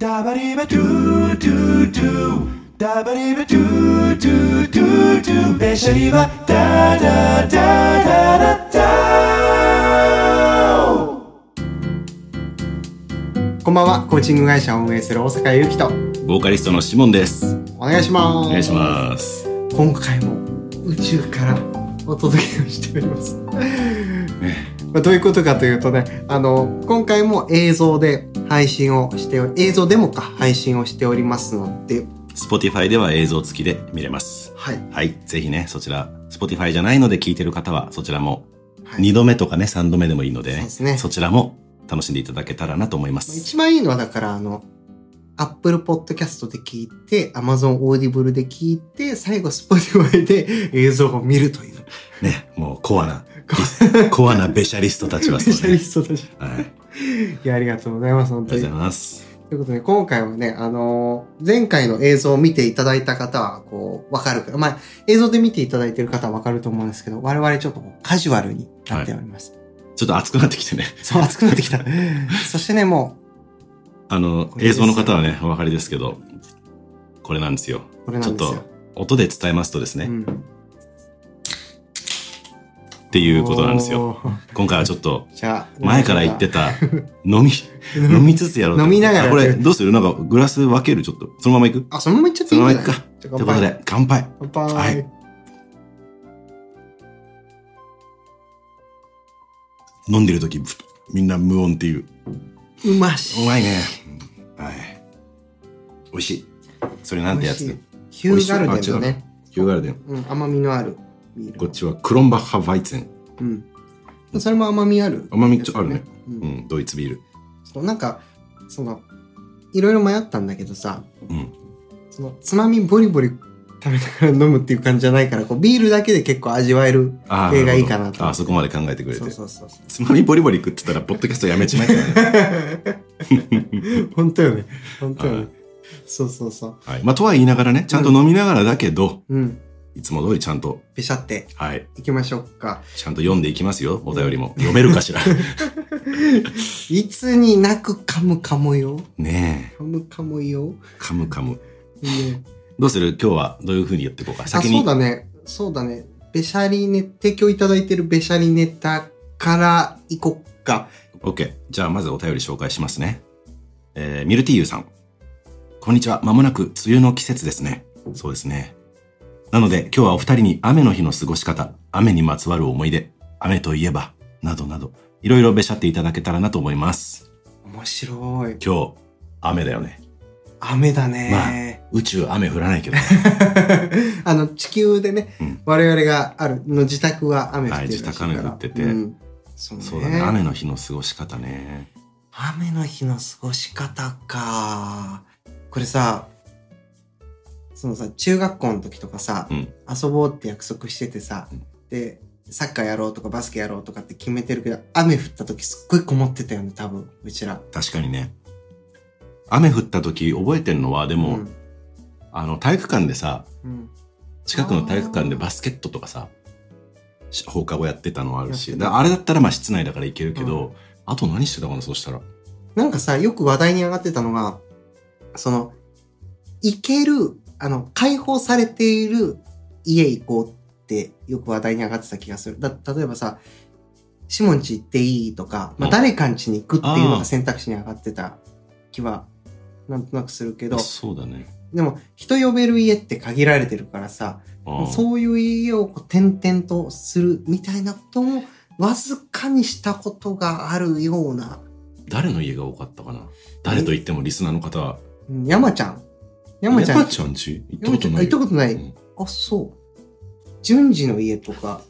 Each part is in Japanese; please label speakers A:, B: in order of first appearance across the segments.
A: ダバリバドゥドゥドゥダバリバドゥドゥドゥドゥベシャリバダダダダダダ
B: こんばんは、コーチング会社を運営する大阪ゆきと、
C: ボーカリストのシモンです。
B: お願いします。
C: お願いします。
B: す。今回も宇宙からお届けをしており ます。まあどういうことかというとね、あの、今回も映像で配信をしてお、映像でもか配信をしておりますので、
C: Spotify では映像付きで見れます。
B: はい。
C: はい。ぜひね、そちら、Spotify じゃないので聞いてる方は、そちらも、
B: はい
C: 2度目とかね、3度目でもいいので,、
B: そうですね
C: そちらも楽しんでいただけたらなと思います。
B: 一番いいのはだから、あの、Apple Podcast で聞いて、Amazon Audible で聞いて、最後 Spotify で映像を見るという。
C: ね、もうコアな、 コアなベシャリストたちは
B: スペ
C: そ
B: シ ャ
C: う
B: リストた
C: ね。
B: ち。
C: はい。あり
B: いや、ありがとうございます。本
C: がと
B: 当
C: うご
B: に
C: ざい。ます。
B: ということで、今回はね、あのー前回の映像を見ていただいた方は、こう、わかるかまあ、映像で見ていただいてる方はわかると思うんですけど、我々ちょっとこうカジュアルになっております。
C: ちょっと熱くなってきて ね。
B: そう、熱くなってきた。そしてね、も
C: あの
B: こ、れで
C: 映
B: す
C: 像の方はね、お分かりですけど、これなんですよ。
B: う、これなんです
C: ちょ
B: よ
C: っ。音で伝えますとですね、
B: う
C: っ
B: ん。って
C: いうことなんですよ。
B: よ。
C: 今回はちょっと、
B: じゃあ、
C: 前から言ってた、飲み、 飲みつつやろうと
B: 飲みながら
C: あこれ、どうするなんか、グラス分けるちょっと。そのままいく
B: あ、そのままいっちゃってい
C: その
B: いん
C: まま
B: じゃ
C: い
B: ない
C: く
B: じ
C: か。
B: ゃ
C: と
B: あ
C: いうことで、乾杯。
B: 乾杯。乾
C: は
B: 杯
C: い飲んでる時、ふみんな無音っていう。
B: うまし。
C: うまいね。はい。美味しい。それなんてや
B: 美
C: つ
B: 味しい。ヒューガルデンのね、
C: ヒューガルデン。
B: うん、甘みのあるビール。
C: こっちはクロンバッハ・ワイツェン。
B: うん。それも甘みある。
C: 甘みちょあるね。
B: うん
C: う。ん、ドイツビール。
B: そうなんかそのいろいろ迷ったんだけどさ
C: うん。
B: そのつまみボリボリ食べながら飲むっていう感じじゃないからこうビールだけで結構味わえる
C: あ
B: 系がいい
C: な
B: か
C: る
B: な
C: ほ
B: と
C: どあそこまで考えてくれ
B: そう
C: て。
B: そうそう そ
C: つまみボリボリ食ってたら、ポッドキャストや めちまえからね。
B: う本当よね本当よ
C: は
B: ね
C: い
B: そうそうそう
C: はい。まあ、とは言いながらね、ちゃんと飲みながらだけど、
B: うん
C: いつも通りちゃんと、
B: べしゃって
C: はい。
B: いきましょうか
C: ちゃんと読んでいきますよ、お便りも。読めるかしら。
B: いつになく噛むかもよ
C: ねえ、
B: 噛むかもよ、
C: 噛む噛む。
B: ね、
C: どうする今日はどういうふうにやっていこうか。
B: あ
C: 先
B: そう
C: に。
B: だねそうだねべしゃりね提供いただいてるべしゃりネタからいこっか
C: OK。じゃあ、まずお便り紹介しますね。えー、ミルティーユさん。こんにちは。まもなく梅雨の季節ですね。そうですね。なので、今日はお二人に雨の日の過ごし方、雨にまつわる思い出、雨といえば、などなど、いろいろべしゃっていただけたらなと思います。
B: 面白い
C: 今日、雨だよね。
B: 雨だね。
C: 宇宙雨降らないけどね。
B: あの、地球でね、
C: うん
B: 我々があるの自宅は雨降って
C: はい
B: るらしいから。
C: 自宅雨降ってて
B: うんそうね
C: そうだね。雨の日の過ごし方ね。
B: 雨の日の過ごし方か。これさ、そのさ、中学校の時とかさ、
C: うん
B: 遊ぼうって約束しててさ、
C: うん
B: で、サッカーやろうとかバスケやろうとかって決めてるけど、雨降った時すっごいこもってたよね、多分、うちら。
C: 確かにね。雨降った時覚えてんのは、でも、
B: うん
C: あの、体育館でさ、
B: うん
C: 近くの体育館でバスケットとかさ、し放課後やってたのはある
B: や
C: し、
B: ってた
C: だあれだったらまあ室内だから行けるけど、あと何してたかな、そうしたら。
B: なんかさ、よく話題に上がってたのが、その、行ける、あの、解放されている家行こうってよく話題に上がってた気がする。だ例えばさ、シモン家行っていいとか、まあ、
C: うん
B: 誰かん家に行くっていうの
C: あ
B: が
C: ー
B: 選択肢に上がってた気は、なんとなくするけど、
C: そうだね。
B: でも人呼べる家って限られてるからさ、
C: ああ
B: そういう家をこう転々とするみたいなことも、わずかにしたことがあるような
C: 誰の家が多かったかな誰と言ってもリスナーの方は。
B: うん山ちゃん。山ちゃん。
C: 山ちゃんち行ったことな
B: 行
C: い。
B: ったことない
C: うん
B: あ、そう。順次の家とか、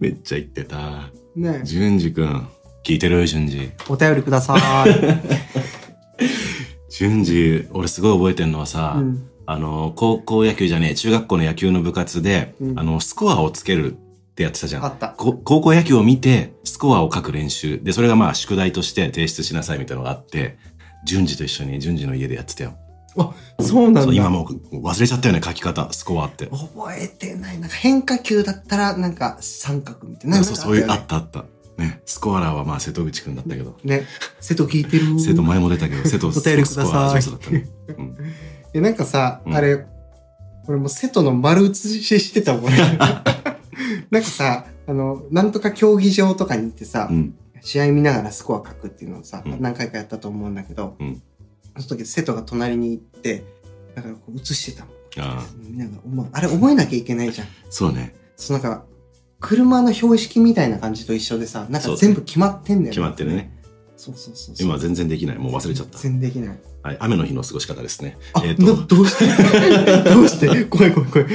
C: めっちゃ行ってた。
B: ね、
C: 淳二くん。聞いてる淳二。
B: お便りくださ い。
C: 淳二、俺すごい覚えてんのはさ、
B: うん、
C: あの、高校野球じゃねえ、中学校の野球の部活で、
B: うん
C: あの、スコアをつけるってやってたじゃ
B: あ
C: ん。
B: った。
C: こ高校野球を見て、スコアを書く練習。で、それがまあ、宿題として提出しなさいみたいなのがあって、順次と一緒に順次の家でやってたよ。
B: そうな
C: そ
B: ん
C: う今
B: だ。
C: もう忘れちゃったよね、書き方、スコアって。
B: 覚えてない。なんか変化球だったら、なんか三角みたいな。な
C: そう
B: んか
C: そういう、あ
B: あ
C: ったあった。ね、スコアラーはまあ瀬戸口くんだったけど、
B: ね、瀬戸聞いてる
C: 瀬戸前も出た けど、瀬戸
B: お便りく
C: スコ
B: ださい
C: アラー上手だったね。うん
B: え、なんかさ、
C: うん
B: あれ、俺もう瀬戸の丸写ししてたもん ね。なんかさ、あの、なんとか競技場とかに行ってさ、
C: うん。
B: 試合見ながらスコア書くっていうのをさ、
C: うん
B: 何回かやったと思うんだけど、
C: うん
B: その時瀬戸が隣に行って、だからこう写してたもん。
C: ああ、
B: 見ながら、お前あれ覚えなきゃいけないじゃん。
C: そうね。
B: そのなんか、車の標識みたいな感じと一緒でさ、なんか全部決まってんだよ、
C: 決まってる。ね。
B: そうそうそうそう。
C: 今は全然できない。もう忘れちゃった。
B: 全然できない。
C: はい、雨の日の過ごし方ですね。
B: あ、
C: えっ、
B: な
C: と、
B: どうして どうして怖い怖い怖い。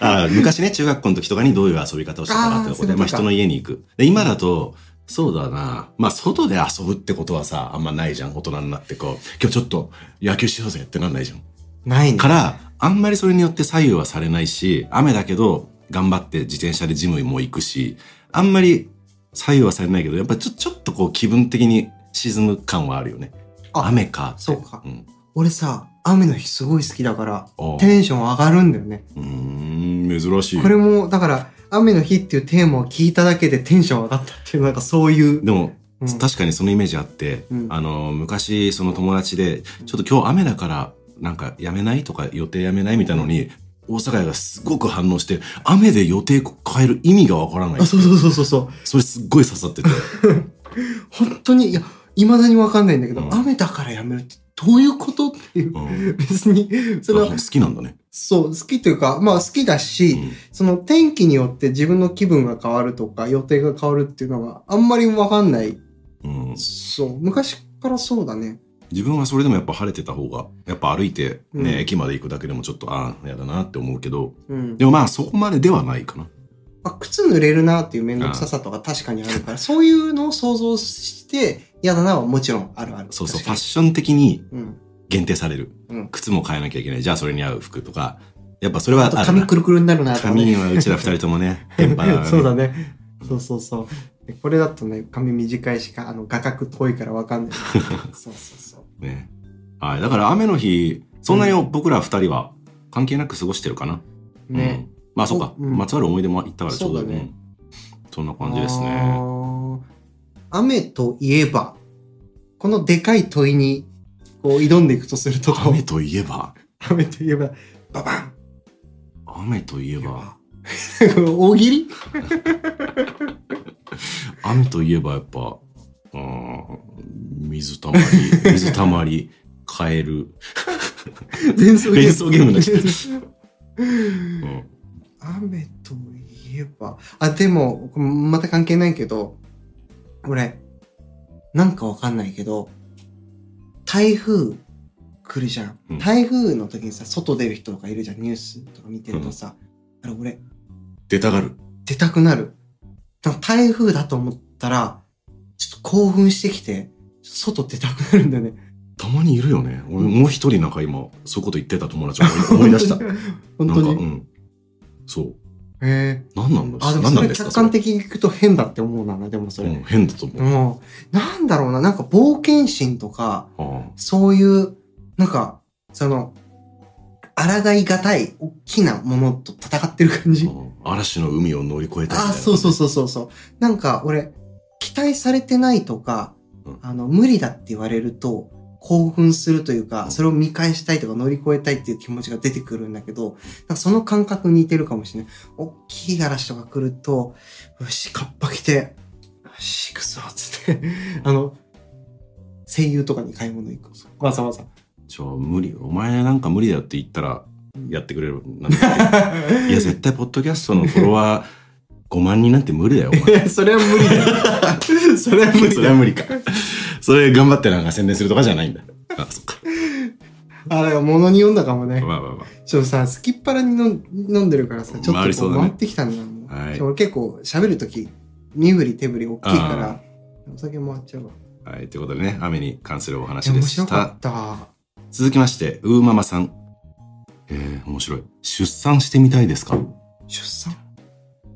C: あー昔ね、中学校の時とかにどういう遊び方をしてたかっ
B: あーそう
C: てことで、
B: いうことか
C: まあ人の家に行く。で、今だと、そうだな。まあ外で遊ぶってことはさ、あんまないじゃん。大人になってこう、今日ちょっと野球しようぜってなんないじゃん。
B: ないね。
C: から、あんまりそれによって左右はされないし、雨だけど、頑張って自転車でジムも行くし、あんまり左右はされないけど、やっぱちょちょっとこう気分的に沈む感はあるよね。
B: あ
C: 雨かって。
B: そうか
C: ん。
B: 俺さ、雨の日すごい好きだから、
C: あー
B: テンション上がるんだよね。
C: うーん、珍しい
B: こ。れも、だから、雨の日っていうテーマを聞いただけでテンション上がったっていう、なんかそういう。
C: でも、
B: うん
C: 確かにそのイメージあって、
B: うん
C: あの昔その友達で「ちょっと今日雨だからなんかやめない?」とか「予定やめない?」みたいなのに大阪屋がすごく反応して「雨で予定変える意味がわからない
B: あ、」そうそうそうそうそう。
C: それすっごい刺さっ てて
B: 本当に、いや、未だにわかんないんだけど、
C: うん
B: 雨だからやめるってどういうことっていう。
C: うん
B: 別に、それ
C: あ
B: は、
C: 好きなんだね、
B: そう、好きというか、まあ好きだし、
C: うん
B: その天気によって自分の気分が変わるとか、予定が変わるっていうのがあんまりわかんない。
C: うん
B: そう、昔からそうだね。
C: 自分はそれでもやっぱ晴れてた方がやっぱ歩いて、ね
B: うん
C: 駅まで行くだけでもちょっとああやだなって思うけど
B: うん。
C: でもまあそこまでではないかな
B: あ、靴濡れるなっていう面倒くささとか確かにあるから、そういうのを想像して嫌だなはもちろんあるある。
C: そうそうファ
B: 確
C: ッ
B: か
C: ション的に
B: にうん。
C: 限定される、
B: うん
C: 靴も変えなきゃいけないじゃあそれに合う服とかやっぱそれは
B: あと
C: るな
B: 髪くるくるになるなとか
C: 髪
B: ね。
C: はうちら二人ともね、電波がね
B: そうだね。そうそうそう。でこれだとね、髪短いしか、あの、画角遠いからわかん ない。そうそうそう。
C: ね。はい。だから雨の日、そんなに僕ら二人は関係なく過ごしてるかな。
B: ね。
C: うん。まあそうか、
B: おうん
C: まつわる思い出も言ったからちょうどいい
B: そうだね
C: うんそんな感じです
B: あ
C: ね。
B: ー。雨といえば、このでかい問いに、こう、挑んでいくとすると、
C: 雨といえば、
B: 雨といえば、ババン
C: 雨といえば、
B: 大喜利
C: 雨といえばやっぱ、うん、水た まり、水たまり、カエル。
B: 連想
C: 連想ゲームになっちゃっ うん。
B: 雨といえばあでもこれまた関係ないけど俺なんかわかんないけど台風来るじゃん、
C: うん
B: 台風の時にさ外出る人とかいるじゃんニュースとか見てるとさ、あれ俺
C: 出たがる。
B: 出たくなるだから台風だと思ったらちょっと興奮してきて外出たくなるんだよね
C: たまにいるよね。俺もう一人なんか今、そういうこと言ってた友達を 思い思い出した。
B: 本
C: なん
B: 当
C: か、う
B: に、
C: ん。そう。
B: へえ
C: 何なんだ
B: あでも
C: 何
B: そ
C: なん
B: れ
C: ですか
B: 客
C: それ
B: 観的に聞くと変だって思うなでもそれ、
C: うん、変だと思う。
B: もう、なんだろうな、なんか冒険心とか、
C: あ
B: そういう、なんか、その、抗いがたい、大きなものと戦ってる感じ。
C: あ嵐の海を乗り越えたいみたいな
B: あ、そうそうそうそうそう。なんか、俺、期待されてないとか
C: うん、
B: あの、無理だって言われると、興奮するというか、それを見返したいとか乗り越えたいっていう気持ちが出てくるんだけど、なんかその感覚に似てるかもしれない。大きいガラシとか来ると、よし、カッパ来て、よし、行くぞ、つって、 あの、声優とかに買い物行く。わざわ ざ。
C: じゃあ無理お前なんか無理だって言ったらやってくれるなんて いや絶対ポッドキャストのフォロワー5万人 なんて無理だよお
B: い
C: 前
B: や、それは無理だ。 それは無理
C: そ
B: だ
C: れ。は無理かそれ頑張ってなんか宣伝するとかじゃないんだ あそっか
B: あれ、物に読んだかもね。
C: まあまあまあ
B: ちょっとさ、すきっ腹に飲ん飲んでるからさ、ちょっ
C: 回り
B: と
C: そ
B: こ
C: う
B: う
C: だね
B: 回ってきたんだよもう
C: はい
B: ちょ俺結構喋るとき、身振り手振り大きいから、お酒回っちゃうわ。
C: はいということでね雨に関するお話
B: いや
C: で
B: 面
C: し
B: 白
C: た
B: かった。
C: 続きましてうーママさんえー、面白い出産してみたいですか
B: 出産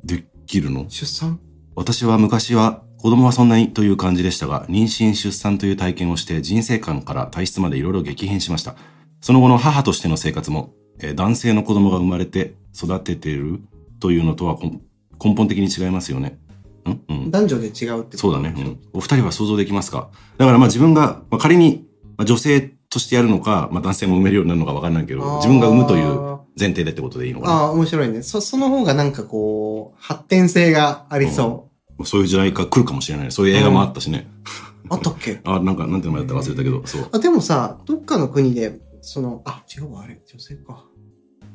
C: できるの
B: 出産
C: 私は昔は子供はそんなにという感じでしたが、妊娠出産という体験をして人生観から体質までいろいろ激変しました。その後の母としての生活も、えー男性の子供が生まれて育てているというのとはこん根本的に違いますよね。うんうん。
B: 男女で違うって
C: そうだね、うん。お二人は想像できますかだからまあ自分が、まあ、仮にまあ女性としてやるのか、まあ、男性も産めるようになるのかわかんないけど、自分が産むという
B: う。
C: 前提でってことでいいのかな
B: ああ、面白いね。そ、その方がなんかこう、発展性がありそ
C: そういう時代が来るかもしれない。そういう映画もあったしね。
B: う。あったっけ
C: あ、なんか、なんて名前だったか忘れたけど、そう。
B: あ、でもさ、どっかの国で、その、あ、違うわ、あれ、女性か。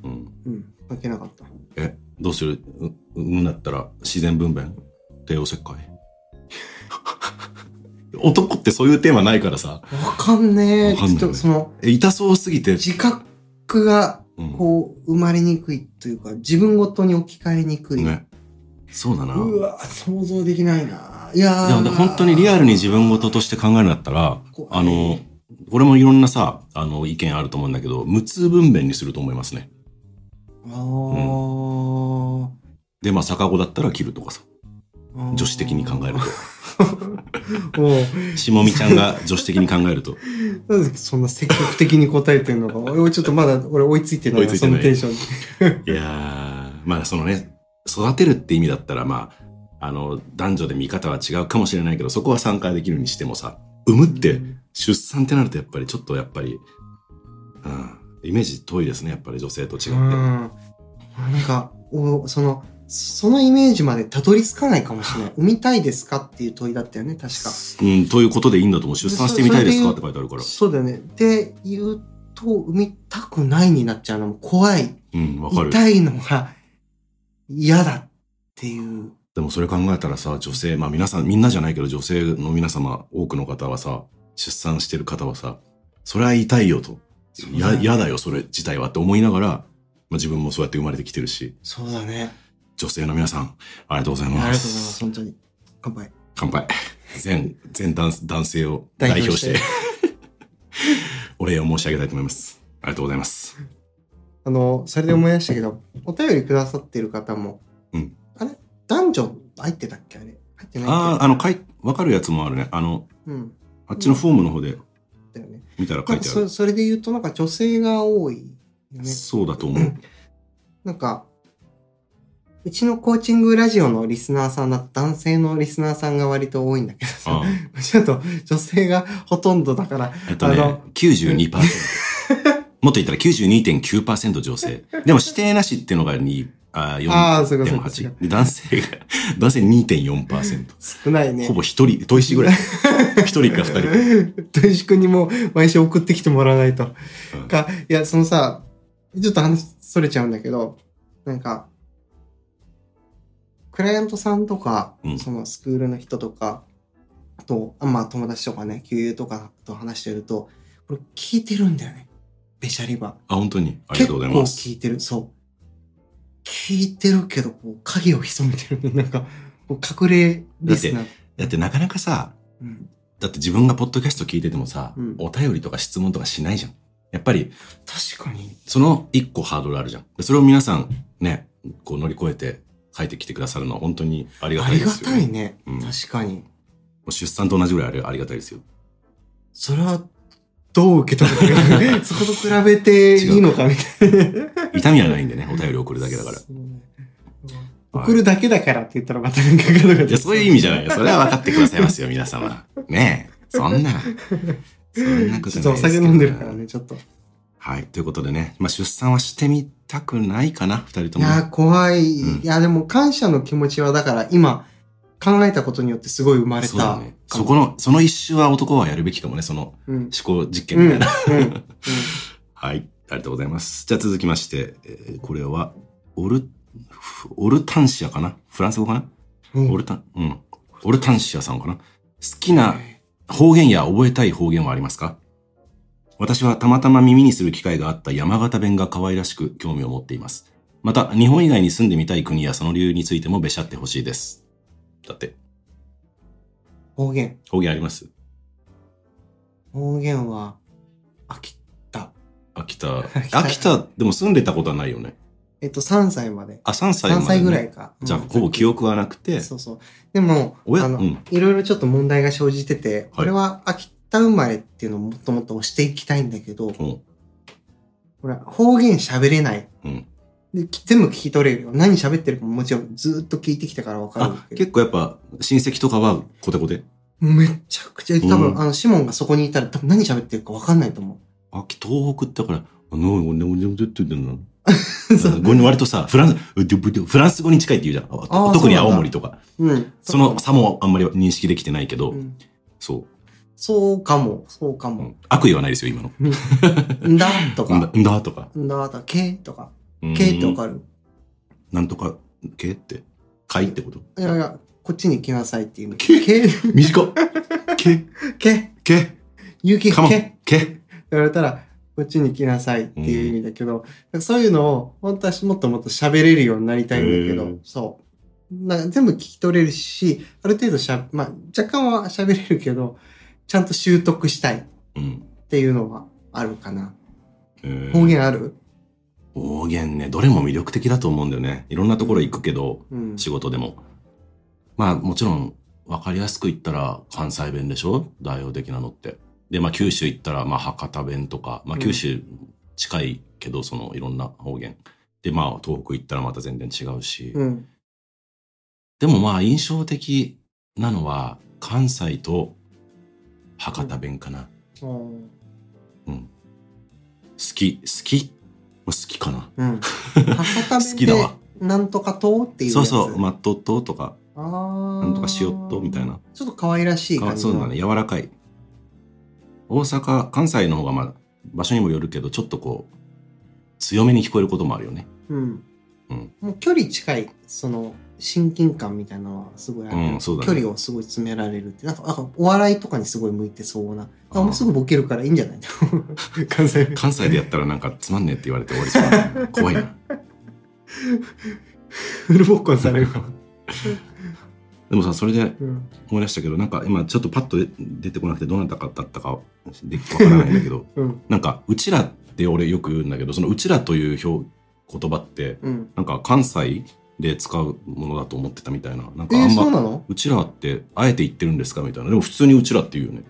C: うん。
B: うん、関係なかった。
C: え、どうするう産むんだったら自然分娩帝王切開 男ってそういうテーマないからさ、
B: わかんねえ。
C: わかんない
B: ちょっとその、
C: え痛そうすぎて、
B: 自覚が、
C: うん
B: こう、生まれにくいというか、自分ごとに置き換えにくい。
C: ね。そうだな。
B: うわ、想像できないな。いや
C: でも
B: ー
C: ね本当にリアルに自分事として考えるんだったら、
B: 怖い
C: あの、これもいろんなさ、あの、意見あると思うんだけど、無痛分娩にすると思いますね。
B: あー
C: で、まあ、逆子だったら切るとかさ、
B: あー
C: 女子的に考え ると。
B: もう
C: しもみちゃんが女子的に考えると。
B: なんでそんな積極的に答えてるのか。俺ちょっとまだ俺追いついてないな
C: 追いつい
B: そ
C: てない
B: のテンションに。
C: いやー、まあそのね、育てるって意味だったら、まあ、あの、男女で見方は違うかもしれないけど、そこは参加できるにしてもさ、産むって、出産ってなるとやっぱりちょっとやっぱり、うん、イメージ遠いですね、やっぱり女性と違って。
B: うん。なんか、おその、そのイメージまでたどり着かないかも しれない。産みたいですかっていう問いだったよね、確か。
C: うん、ということでいいんだと思う。出産してみたいですかって書いてあるから。
B: そうだよね。で、言うと、産みたくないになっちゃうのも怖い。
C: うん、わかる。
B: 痛いのが嫌だっていう。
C: でもそれ考えたらさ、女性、まあ皆さん、みんなじゃないけど、女性の皆様、多くの方はさ、出産してる方はさ、それは痛いよと。や、やだよ、それ自体はって思いながら、まあ自分もそうやって生まれてきてるし、
B: そうだね。
C: 女性の皆さん、ありがとうござい
B: ありがとうござい
C: ま
B: ます、
C: す。
B: 本当に。乾杯。
C: 乾杯。全、全男男性を代表して
B: 代表、
C: お礼を申し上げたいと思います。ありがとうございます。
B: あの、それで思い出したけど、お便りくださってる方も、
C: うん
B: あれ男女入ってたっけあれ入ってないっけ
C: ああ、あの、かい、わかるやつもあるね。あの、
B: うん。
C: あっちのフォームの方で
B: だよね。
C: 見たら書
B: ないんか
C: てある。
B: そそれで言うと、なんか女性が多いよね。
C: そうだと思う。
B: なんか、うちのコーチングラジオのリスナーさんだと男性のリスナーさんが割と多いんだけどさ、
C: あ
B: うちだと女性がほとんどだから、
C: ーえっとね
B: あの、
C: 92%。もっ と言ったら92.9%女性。でも指定なしっていうのが2、あ
B: あ
C: ー
B: あ、そうかそうかそうか
C: 4.8。で男性が、 男性2.4%。
B: 少ないね。
C: ほぼ一人、砥石ぐらい。 一人か二人。
B: 土井君にもう毎週送ってきてもらわないと。
C: うん
B: か、いや、そのさ、ちょっと話それちゃうんだけど、なんか、クライアントさんとか、
C: うん
B: そのスクールの人とか、あと、あまあ友達とかね、旧友とかと話してると、これ聞いてるんだよね。ベシャリバ。
C: あ、本当に。あり
B: 結
C: がと
B: 構
C: うございます。
B: 聞いてる、そう。聞いてるけど、こう、影を潜めてる。なんか、こう隠れリスナー。
C: だってなかなかさ、
B: うん、
C: だって自分がポッドキャスト聞いててもさ、
B: うん
C: お便りとか質問とかしないじゃん。やっぱり、
B: 確かに。
C: その一個ハードルあるじゃん。でそれを皆さん、ね、こう乗り越えて書いてきてくださるのは本当にありが
B: あ
C: たい
B: り
C: で
B: が
C: すよ、
B: たいね。
C: うん
B: 確かに。
C: もう出産と同じぐらいあれありがたいですよ。
B: それは、どう受け止め てるそこと比べていいのかみたいな。
C: 痛みはないんでね、お便り送るだけ だから。
B: そうねうん
C: はい
B: 送るだけだからって言ったらまたなんかガタガ
C: いや、
B: タ
C: そういう意味じゃないよ。それは分かってくださいますよ、皆様。ねえ。そんな。そんなことないで
B: ちょ
C: すけ
B: っ
C: ど
B: とお酒飲んでるからね、ちょっと。
C: はい。ということでね、まあ、出産はしてみたくないかな、二人と
B: い
C: も。
B: やー、怖い。
C: う
B: い
C: ん
B: や、でも感謝の気持ちはだから今、考えたことによってすごい生まれた。
C: そうだね。そこの、その一周は男はやるべきかもね、その
B: うん。
C: 思考実
B: うん。
C: 験み
B: う
C: たい
B: ん
C: な。
B: うん。
C: はい。ありがとうございます。じゃあ続きまして、えーこれは、オル、オルタンシアかなフランス語かな、
B: うん
C: オルタン、うん。オルタンシアさんかな好きな方言や覚えたい方言はありますか私はたまたま耳にする機会があった山形弁が可愛らしく興味を持っています。また、日本以外に住んでみたい国やその理由についてもべしゃってほしいです。だって、
B: 方言。
C: 方言あります
B: 方言は、飽きた。
C: 秋田。
B: 田
C: 秋田、でも住んでたことはないよね。
B: えっと、3歳まで。
C: あ、3歳ま
B: 3
C: で、ね。
B: 歳ぐらいか。
C: じゃあ、
B: うん
C: ほぼ記憶はなくて、
B: そうそう。でも、
C: 親
B: あの、
C: うん
B: いろいろちょっと問題が生じてて、
C: はい
B: 俺は秋田生まれっていうのをもっともっと押していきたいんだけど、
C: うん
B: 俺は方言喋れない。
C: うん
B: でき全部聞き取れるよ。何喋ってるかももちろんずーっと聞いてきたからわかる
C: あ、
B: けど。
C: 結構やっぱ親戚とかはコテコテ。
B: めちゃくちゃ、多分、
C: うん
B: あの、シモンがそこにいたら多分何喋ってるかわかんないと思
C: あ、東北だから、あの、俺、俺、俺、って言ってん の
B: う。そう。
C: 語に割とさ、フランス、フランス語に近いって言うじゃん。
B: あ
C: あ
B: ー
C: 特に
B: そうなんだ
C: 青森とか。
B: うん。
C: その差もあんまり認識できてないけど、
B: うん
C: そ
B: そうかも、そうか
C: う、う
B: も。
C: ん悪意はないですよ、今の。
B: んだとか、
C: んだ、んだとか。
B: んだとか、けとか、
C: うん
B: けってわかる。
C: なんとか、けって。かいってこと
B: いやいや、こっちに来なさいっていう意味。け、
C: 短 っ。け、
B: け、
C: け、
B: 勇気、
C: かまん
B: けって
C: け。
B: 言われたら、こっちに来なさいっていう意味だけど、そういうのを、本当はもっともっと喋れるようになりたいんだけ
C: へー
B: ど、そう。な全部聞き取れるし、ある程度しゃ、まあ、若干は喋れるけど、ちゃんと習得したいっ
C: うん。
B: ていうのはあるかな。
C: えー
B: 方言ある
C: 方言ね、どれも魅力的だと思うんだよね。いろんなところ行くけど、
B: うん。
C: 仕事でも。まあもちろん、わかりやすく言ったら関西弁でしょ代表的なのって。で、まあ九州行ったら、まあ博多弁とか、まあ
B: うん
C: 九州近いけど、そのいろんな方言。で、まあ東北行ったらまた全然違うし。
B: うん。
C: でもまあ印象的なのは、関西と博多弁かな。
B: うん。
C: 好き、好き、好きかな。
B: うん。博多
C: 好
B: 弁
C: き
B: で
C: だわ、
B: なんとかとっていうやつ。
C: そうそう、まっとっととか、
B: あー
C: なんとかしよっとみたいな。
B: ちょっと可愛らしい感
C: あ
B: じ
C: そう
B: の
C: だね柔らかい大阪関西の方がまあ場所にもよるけどちょっとこう強めに聞こえることもあるよね
B: うん。
C: うん
B: もう距離近い、その、親近感みたいなのはすごいある、
C: うんそうだね
B: 距離をすごい詰められるって、なんか、なんかお笑いとかにすごい向いてそうな。
C: あー
B: あ、もうすぐボケるからいいんじゃない 関西弁。
C: 関西でやったらなんかつまんねえって言われて終わりそうだ怖 いな
B: フルボッコンされるから。
C: でもさそれで
B: うん。
C: 思い出したけどなんか今ちょっとパッと出てこなくてどなたかだったかでわからないんだ けど
B: うん。
C: なんかうちらって俺よく言うんだけどそのうちらという表言葉って
B: うん。
C: なんか関西で使うものだと思ってたみたいなな
B: え
C: んか
B: ー
C: あん
B: そう
C: ま
B: なの
C: うちらってあえて言ってるんですかみたいな。でも普通にうちらって言うよね。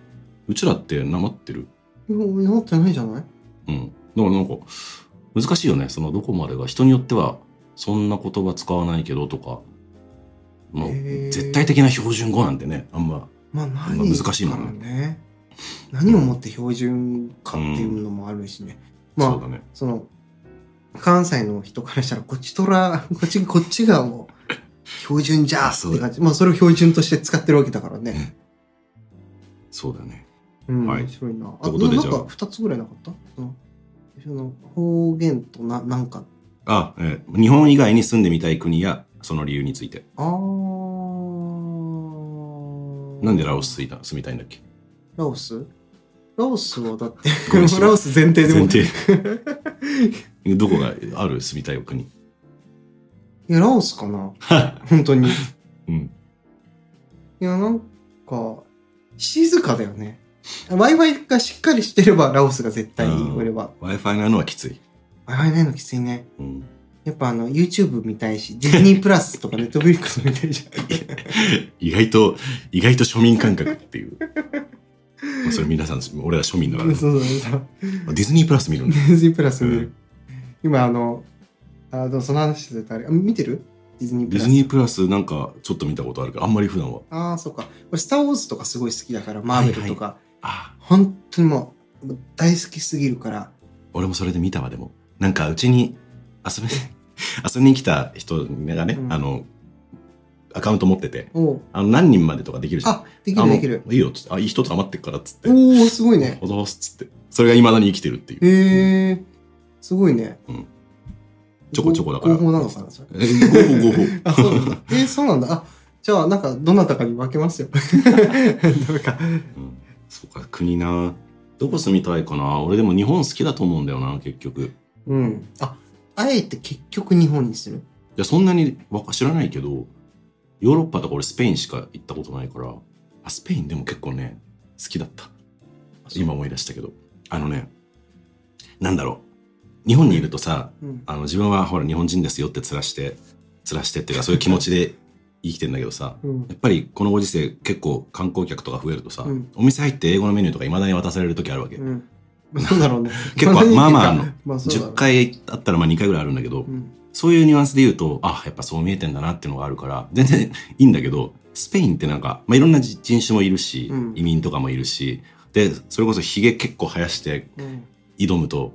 C: うちらってなまってる。
B: いや思ってないじゃない
C: うん。だからなんか、難しいよね。そのどこまでが。人によっては、そんな言葉使わないけどとか、もう
B: へー
C: 絶対的な標準語なんてね、あんま。
B: まあ何
C: まあ難しいもん
B: かね。何をもって標準かっていうのもあるしね。まあ、
C: そうだね。
B: その、関西の人からしたら、こっちとら、 こっち、こっちがもう、標準じゃーって感じ。まあ、それを標準として使ってるわけだからね。
C: そうだね。
B: うん、
C: はい
B: 面白いな。
C: と
B: あ、
C: いうことで
B: な
C: じ
B: ん
C: ゃあ
B: か、二つぐらいなかったその、その方言とな、なんか、
C: あ、えー日本以外に住んでみたい国や、その理由について。
B: あー。
C: なんでラオス住いた住みたいんだっけ
B: ラオスラオスはだって
C: ごめんなさ、い
B: ラオス前提でも
C: 前。提。 どこがある住みたい国。
B: いや、ラオスかな本当に。い
C: うん。
B: や、なんか、静かだよね。Wi-Fi がしっかりしてれば、ラオスが絶対
C: う、ん
B: 俺は。
C: Wi-Fi ないのはきつい。
B: Wi-Fi ないのきついね。
C: うん。
B: やっぱあの、YouTube 見たいし、ディズニープラスとか Netflix 見たいじゃん。
C: 意外と、意外と庶民感覚っていう。まあそれ皆さん、俺ら庶民だから、ね、
B: そうそうそう。
C: あディズニープラス見るんだ
B: デ。ィズニープラス見
C: う
B: る。今あの、あ、でもその話してたらあれ、あ見てるディズニープ
C: ディ
B: ラ
C: ズ
B: ス。
C: ニープラスなんかちょっと見たことあるけど、あんまり普段は。
B: ああ、そっか。俺、スター・ウォーズとかすごい好きだから、マーベルとか、
C: ああ、
B: 本当にもう、大好きすぎるから、
C: 俺もそれで見たわ、でも。なんかうちに遊び、 遊びに来た人がね、
B: うん
C: あの、アカウント持ってて、
B: おう
C: あの何人までとかできるじゃん。
B: あ、できるできる
C: あ。もういいよっつって、あ、いい人と余ってっからっつって。
B: おおすごいね。
C: ほどっつって。それが未だに生きてるっていう。
B: へえ、すごいね。
C: うんちょこちょこだから
B: 合法なのかな、それ。
C: えごほごほ。
B: あ、そう なんだ。えー、そうなんだ。あ、じゃあ、なんか、どなたかに分けますよ。なんか、
C: うんそうか、国な。どこ住みたいかな俺でも日本好きだと思うんだよな、結局。い
B: うん。あ、あえて結局日本にする。
C: や、そんなにわか知らないけど、ヨーロッパとか俺スペインしか行ったことないから、あ、スペインでも結構ね、好きだった。今思い出したけど。あのね、なんだろう。日本にいるとさ、
B: うん。
C: あの自分はほら日本人ですよってつらして、つらしてっていうかそういう気持 ちで生きてんだけどさ、
B: うん。
C: やっぱりこのご時世結構観光客とか増えるとさ、
B: うん
C: お店入って英語のメニューとか未だに渡される時あるわけ。
B: うん。そうだろうね。
C: 結構まあまああんの
B: まあそうだろう
C: 10回あったらまあ2回ぐらいあるんだけど、
B: うん。
C: そういうニュアンスで言うと、あ、やっぱそう見えてんだなっていうのがあるから、 全然いいんだけど、スペインってなんか、まあ、いろんな人人種もいるし、
B: うん
C: 移民とかもいるし、で、それこそヒゲ結構生やして
B: うん、
C: 挑むと、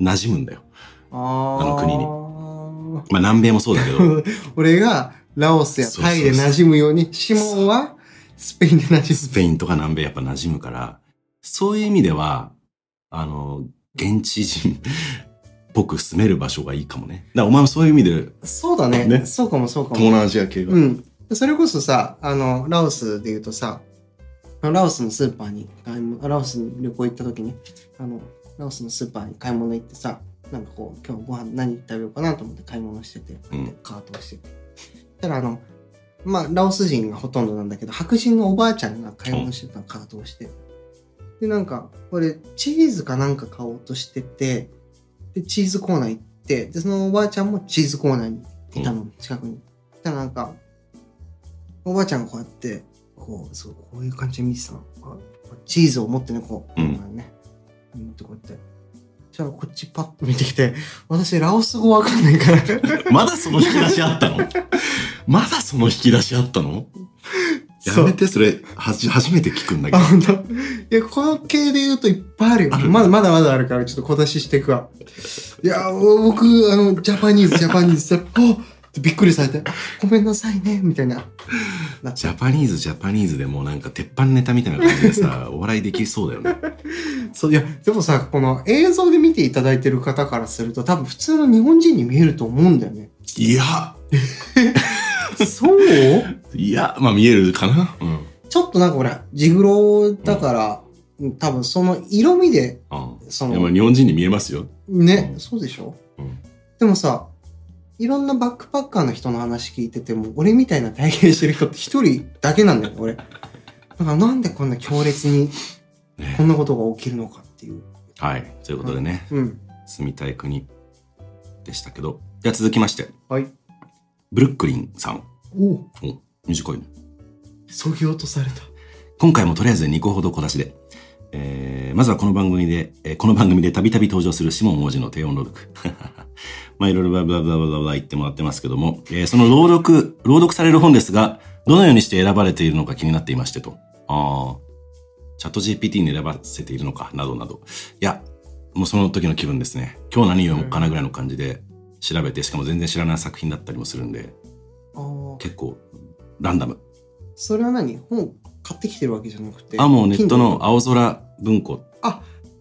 C: 馴染むんだよ。
B: あー
C: あの国まあ、南米もそうだけど、
B: 俺がラオスやタイで馴染むように、シモンはスペインで馴
C: ス
B: 染
C: ペインとか南米やっぱ馴染むから、そういう意味では、あの、現地人っぽく住める場所がいいかもね。だからお前もそういう意味で
B: む。そうだね
C: ね
B: そうかもそうか
C: 東
B: も。
C: 南アジア系が。
B: うん。それこそさ、あの、ラオスで言うとさ、あのラオスのスーパーに買い物、ラオスに旅行行った時に、あの、ラオスのスーパーに買い物行ってさ、なんかこう、今日ご飯何食べようかなと思って買い物してて、
C: うん
B: カートをしてて。たらあの、まあ、ラオス人がほとんどなんだけど、白人のおばあちゃんが買い物してたカートをして。で、なんか、俺、チーズかなんか買おうとしてて、で、チーズコーナー行って、で、そのおばあちゃんもチーズコーナーにいたの、近くに。たらなんか、おばあちゃんがこうやって、こう、そう、こういう感じで見てたの。こうチーズを持ってね、こう、
C: うん
B: こね、うん、ってこうやって。じゃあ、こっちパッと見てきて、私、ラオス語わかんないから。
C: まだその引き出しあったの まだその引き出しあったのやめて、それ、はじ、初めて聞くんだけ
B: あ、
C: ど。
B: 本当。いや、この系で言うといっぱいあるよ。
C: ある
B: まだまだまだあるから、ちょっと小出ししていくわ。いや、お僕、あの、ジャパニーズ、ジャパニーズ、ジャおってびっくりされて、ごめんなさいね、みたいな。な
C: ジャパニーズ、ジャパニーズでもうなんか鉄板ネタみたいな感じ でさ、お笑いできそうだよね。
B: そう、いや、でもさ、この映像で見ていただいてる方からすると、多分普通の日本人に見えると思うんだよね。
C: いや、
B: そう
C: いや、まあ見えるかなうん。
B: ちょっとなんかほら、ジグロだから、うん多分その色味で、
C: あ
B: そ
C: いやまあ
B: の、
C: 日本人に見えますよ。
B: ね、
C: うん
B: そうでしょ、
C: うん
B: でもさ、いろんなバックパッカーの人の話聞いてても、俺みたいな体験してる人って一人だけなんだよ、俺。だからなんでこんな強烈に
C: ね
B: こんなことが起きるのかっていう。
C: はい。ということでね。
B: うん。
C: 住みたい国でしたけど。では続きまして、
B: はい。
C: ブルックリンさん。
B: おう
C: お短いね。
B: そぎ落とされた。
C: 今回もとりあえず2個ほど小出しで。えーまずはこの番組で、えーこの番組でたびたび登場するシモン王子の低音朗読。 まあいろいろブラブラブラブラブラ言ってもらってますけども、えーその朗読、朗読される本ですが、どのようにして選ばれているのか気になっていましてと。ああ、チャット GPT に選ばせているのか、などなど。いや、もうその時の気分ですね。今日何読もうかなぐらいの感じで調べて、しかも全然知らない作品だったりもするんで、
B: ああ。
C: 結構ランダム。
B: それは何本買ってきてるわけじゃなくて。
C: あ、もうネット
B: Kindle
C: の。青空文庫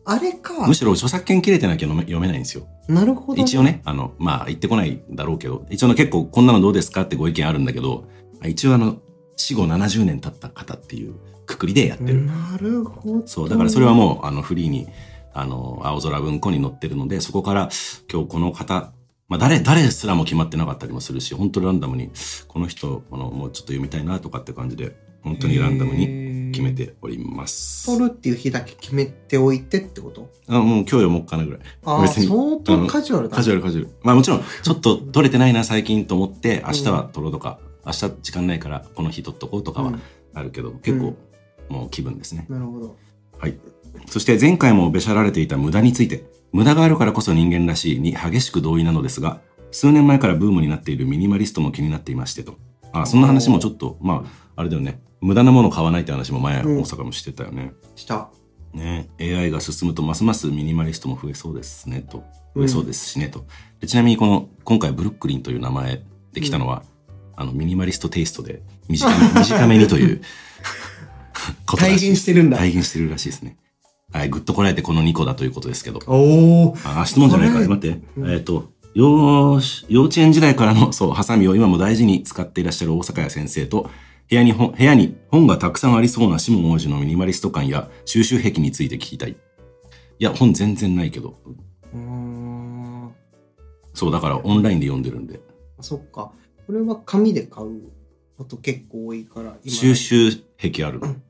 B: あれか
C: む。しろ著作権切れてなきゃ読め読めないんですよ。
B: なるほど。
C: 一応ね、あの、まあ言ってこないだろうけど、一応の結構こんなのどうですかってご意見あるんだけど、一応あの、死後70年経った方っていうくくりでやってる。
B: なるほど。
C: そう、だからそれはもうあのフリーに、あの、青空文庫に載ってるので、そこから今日この方、まあ誰、誰すらも決まってなかったりもするし、本当ランダムに、この人、このもうちょっと読みたいなとかって感じで、本当にランダムに
B: に
C: 決め。ております。
B: 取るっていう日だけ決めておいてってこと
C: あもう今日読もうかなぐらい。
B: ああ、
C: 別に
B: 相当カジュアルだ。
C: カジュアルカジュアル。まあもちろん、ちょっと取れてないな最近と思って、明日は取ろうとか、明日時間ないからこの日取っとこうとかは
B: うん
C: あるけど、結構もう気分ですね。
B: なるほど。
C: そして前回もべしゃられていた無駄について、無駄があるからこそ人間らしいに激しく同意なのですが、数年前からブームになっているミニマリストも気になっていましてと。あ、そんな話もちょっと、まあ、あれだよね。無駄なもの買わないって話も前、大
B: うん
C: 阪もしてたよね。
B: した。
C: ね AI が進むとますますミニマリストも増えそうですねと。増えそう
B: で
C: ですしねとでちなみにこの今回ブルックリンという名前できたのは、あのミニマリストテイストで短め 短めに ということ
B: 体
C: ら
B: 現
C: しいです
B: してるんだ。
C: 体現してるらしいですねはいグッとこらえてこの2個だということですけど
B: おお。
C: あ質問じゃないか
B: これ
C: ら待って、
B: うん
C: えっ、と幼幼稚園時代からのそうハサミを今も大事に使っていらっしゃる大阪屋先生と部屋に本部屋に本がたくさんありそうなシモン王子のミニマリスト感や収集癖について聞きたいいや本全然ないけど
B: うーん。あ
C: そうだからオンラインで読んでるんで
B: そっか。これは紙で買うこと結構多いから、
C: 収。集癖あるの、
B: うん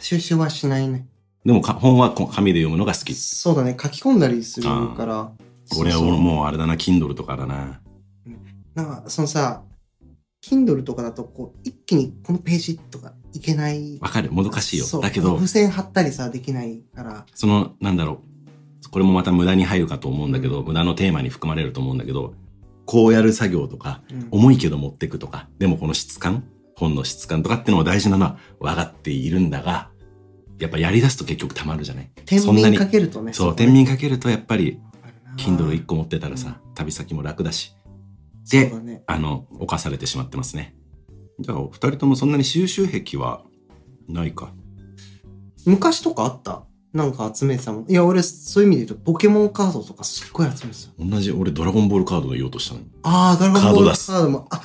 B: 収集はしないね。
C: でもか本はこ紙で読むのが好き
B: そうだね。書き込んだりするから。
C: 俺は
B: そうそう
C: もうあれだな Kindle とかだな
B: なんかそのさ、Kindle とかだとこう一気にこのページとかいけない。
C: わかるもどかしいよ
B: そう
C: だけど
B: 付箋貼ったりさ、できないから。
C: そのなんだろうこれもまた無駄に入るかと思うんだけど、無駄のテーマに含まれると思うんだけどこうやる作業とか、
B: うん
C: 重いけど持ってくとか、でもこの質感、本の質感とかってのも大事なのは分かっているんだが、やっぱやり出すと結局たまるじゃない
B: 天
C: そんな
B: 秤
C: に
B: かけるとね。
C: そう、天秤かけるとやっぱり、Kindle1 個持ってたらさ、旅先も楽だし、で
B: で。そうだね
C: あの、犯されてしまってますね。じゃあ、お二人ともそんなに収集癖はないか。
B: 昔とかあったなんか集めてたもん。いや、俺、そういう意味で言うと、ポケモンカードとかすっごい集めてた。
C: 同じ、俺ドラゴンボールカードで言おうとしたのに。
B: ああ、ドラゴンボール
C: カード
B: カ
C: 出す
B: ードも、あ、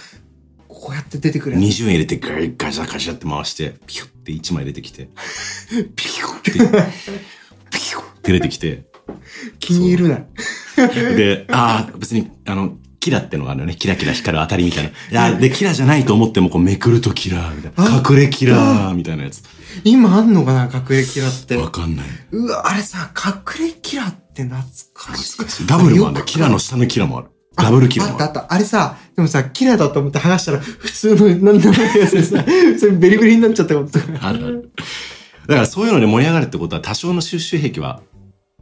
B: こうやって出てくるやつ。
C: 20円入れてガリガシャガシャって回して、ピュッて1枚出てきて、ピュ ッて、ピュッて出てきて、
B: 気に入るな。
C: で、ああ、別に、あの、キラってのがあるよね。キラキラ光る当たりみたいな。いや、で、キラじゃないと思っても、こう、めくるとキラーみたいな。
B: あ
C: 隠れキラーみたいなやつ。
B: 今あんのかな隠れキラーって。
C: わかんない。
B: うわ、あれさ、隠れキラーって懐かしい。
C: 懐かしいダブルもあるんだよ。キラの下のキラもある。ダブルキラ
B: あ
C: も
B: っ
C: あ
B: た
C: る
B: あ。った。あれさ、でもさ、キラーだと思って剥がしたら、普通の、なんでもないやつでさ、それベリベリになっちゃったことが。
C: あるある。だからそういうので盛り上がるってことは多少の収集癖は、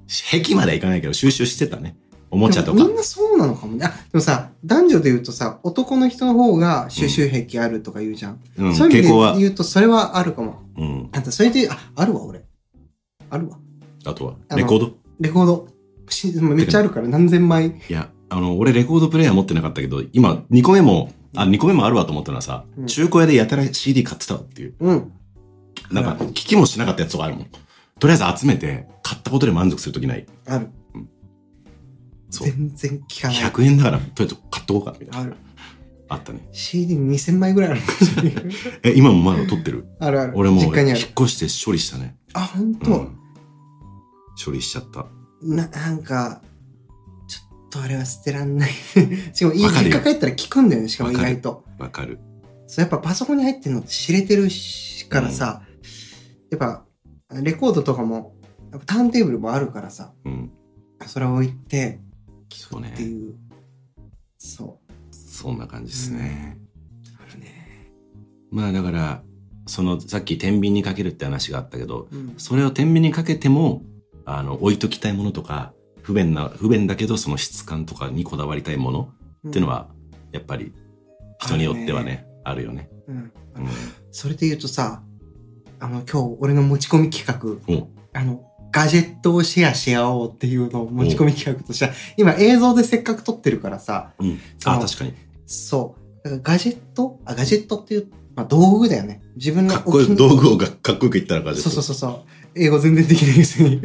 C: 癖まではいかないけど収集してたね。おもちゃと
B: で
C: か
B: もみ。んなそうなのかもね。あ、でもさ、男女で言うとさ、男の人の方が収集癖あるとか言うじゃん。
C: うん、
B: そういう意
C: 傾
B: 味
C: 向は
B: で。言うと、それはあるかも。
C: うん。
B: あんた、それで、あ、あるわ、俺。あるわ。
C: あとは、
B: あの
C: レコード
B: レコード。しめっちゃあるから、何千枚。
C: いや、あの、俺レコードプレイヤー持ってなかったけど、今、2個目も、あ、2個目もあるわと思ったのはさ、
B: うん
C: 中古屋でやたら CD 買ってたわっていう。
B: うん。
C: なんか、聞きもしなかったやつとかあるもん。とりあえず集めて、買ったことで満足するときない。
B: ある。
C: そう。
B: 全然効かない。
C: 100円だから、とりあえず買っとこうか、みたい
B: あ
C: な
B: る。。
C: あったね。
B: CD2000 枚ぐらいある かもしれない
C: え、今もまだ撮ってる
B: あるある。
C: 俺もう、
B: 実家にあ
C: 引っ
B: る。
C: 越して処理したね。
B: あ、ほん
C: う
B: と
C: ん、処理しちゃった
B: な、なんか、ちょっとあれは捨てらんない。 しかも、いい
C: わかる
B: 実
C: よ
B: 家帰ったら聞くんだよね、しかも
C: わ
B: 意
C: かる
B: 外と。
C: わかる
B: そう、やっぱパソコンに入ってるのって知れてるしからさ、やっぱ、レコードとかも、やっぱターンテーブルもあるからさ、
C: うん
B: それを置いて、
C: そう
B: って
C: ね
B: いう。そう。
C: そんな感じですね、
B: あるね。
C: まあだからそのさっき天秤にかけるって話があったけど
B: うん。
C: それを天秤にかけてもあの置いときたいものとか不便な不便だけどその質感とかにこだわりたいものっていうのはやっぱり人によってはねあるよね、
B: うん。
C: うん、
B: それで言うとさ、あの、今日、俺の持ち込み企画、
C: お
B: あの、ガジェットをシェアし合おうっていうのを持ち込み企画として、今映像でせっかく撮ってるからさ、
C: うん、
B: そ
C: あ
B: の
C: 確かに
B: そう。だからガジェットあ、ガジェットっていう、まあ、道具だよね。自分の
C: かっこよ
B: お気
C: く
B: に入り
C: 道具をがかっこよく言ったらガジェット
B: そうそうそうそう。英語全然できないですに。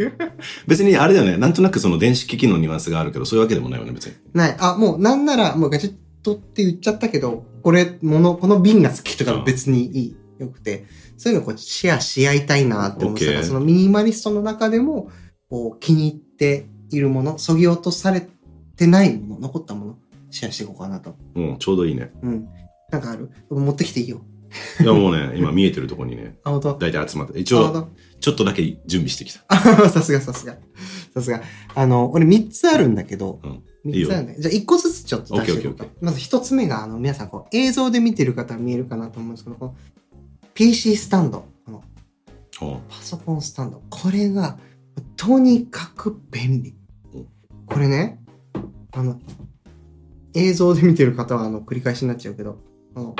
C: 別にあれだよねなんとなくその電子機器のニュアンスがあるけどそういうわけでもないよね別に
B: ない。あ、もうなんなら、もうガジェットって言っちゃったけど、これ、もの、この瓶が好きとか別にいい。よくて。そういうのをこうシェアし合いたいなって思ってたか
C: オ
B: ら、
C: ッケー
B: そのミニマリストの中でも、こう気に入っているもの、そぎ落とされてないもの、残ったもの、シェアしていこうかなと。
C: うんちょうどいいね
B: うん。なんかある持ってきていいよ。
C: いやもうね今見えてるとこにね
B: あ、本当
C: 大体集まって一
B: あ、
C: 応
B: 本
C: ちょっとだけ準備してきた。
B: 当さすがさすが。さすが。あの、俺3つあるんだけど、
C: うん
B: 3つあるんだけどじゃあ1個ずつちょっと出していこうか
C: オッケーオッケーオッ
B: まず1つ目が、あの、皆さん、こう、映像で見てる方は見えるかなと思うんですけど、この PC スタンド、このパソコンスタンド、これが、とにかく便利
C: うん。
B: これね、あの、映像で見てる方は、あの、繰り返しになっちゃうけど、あの、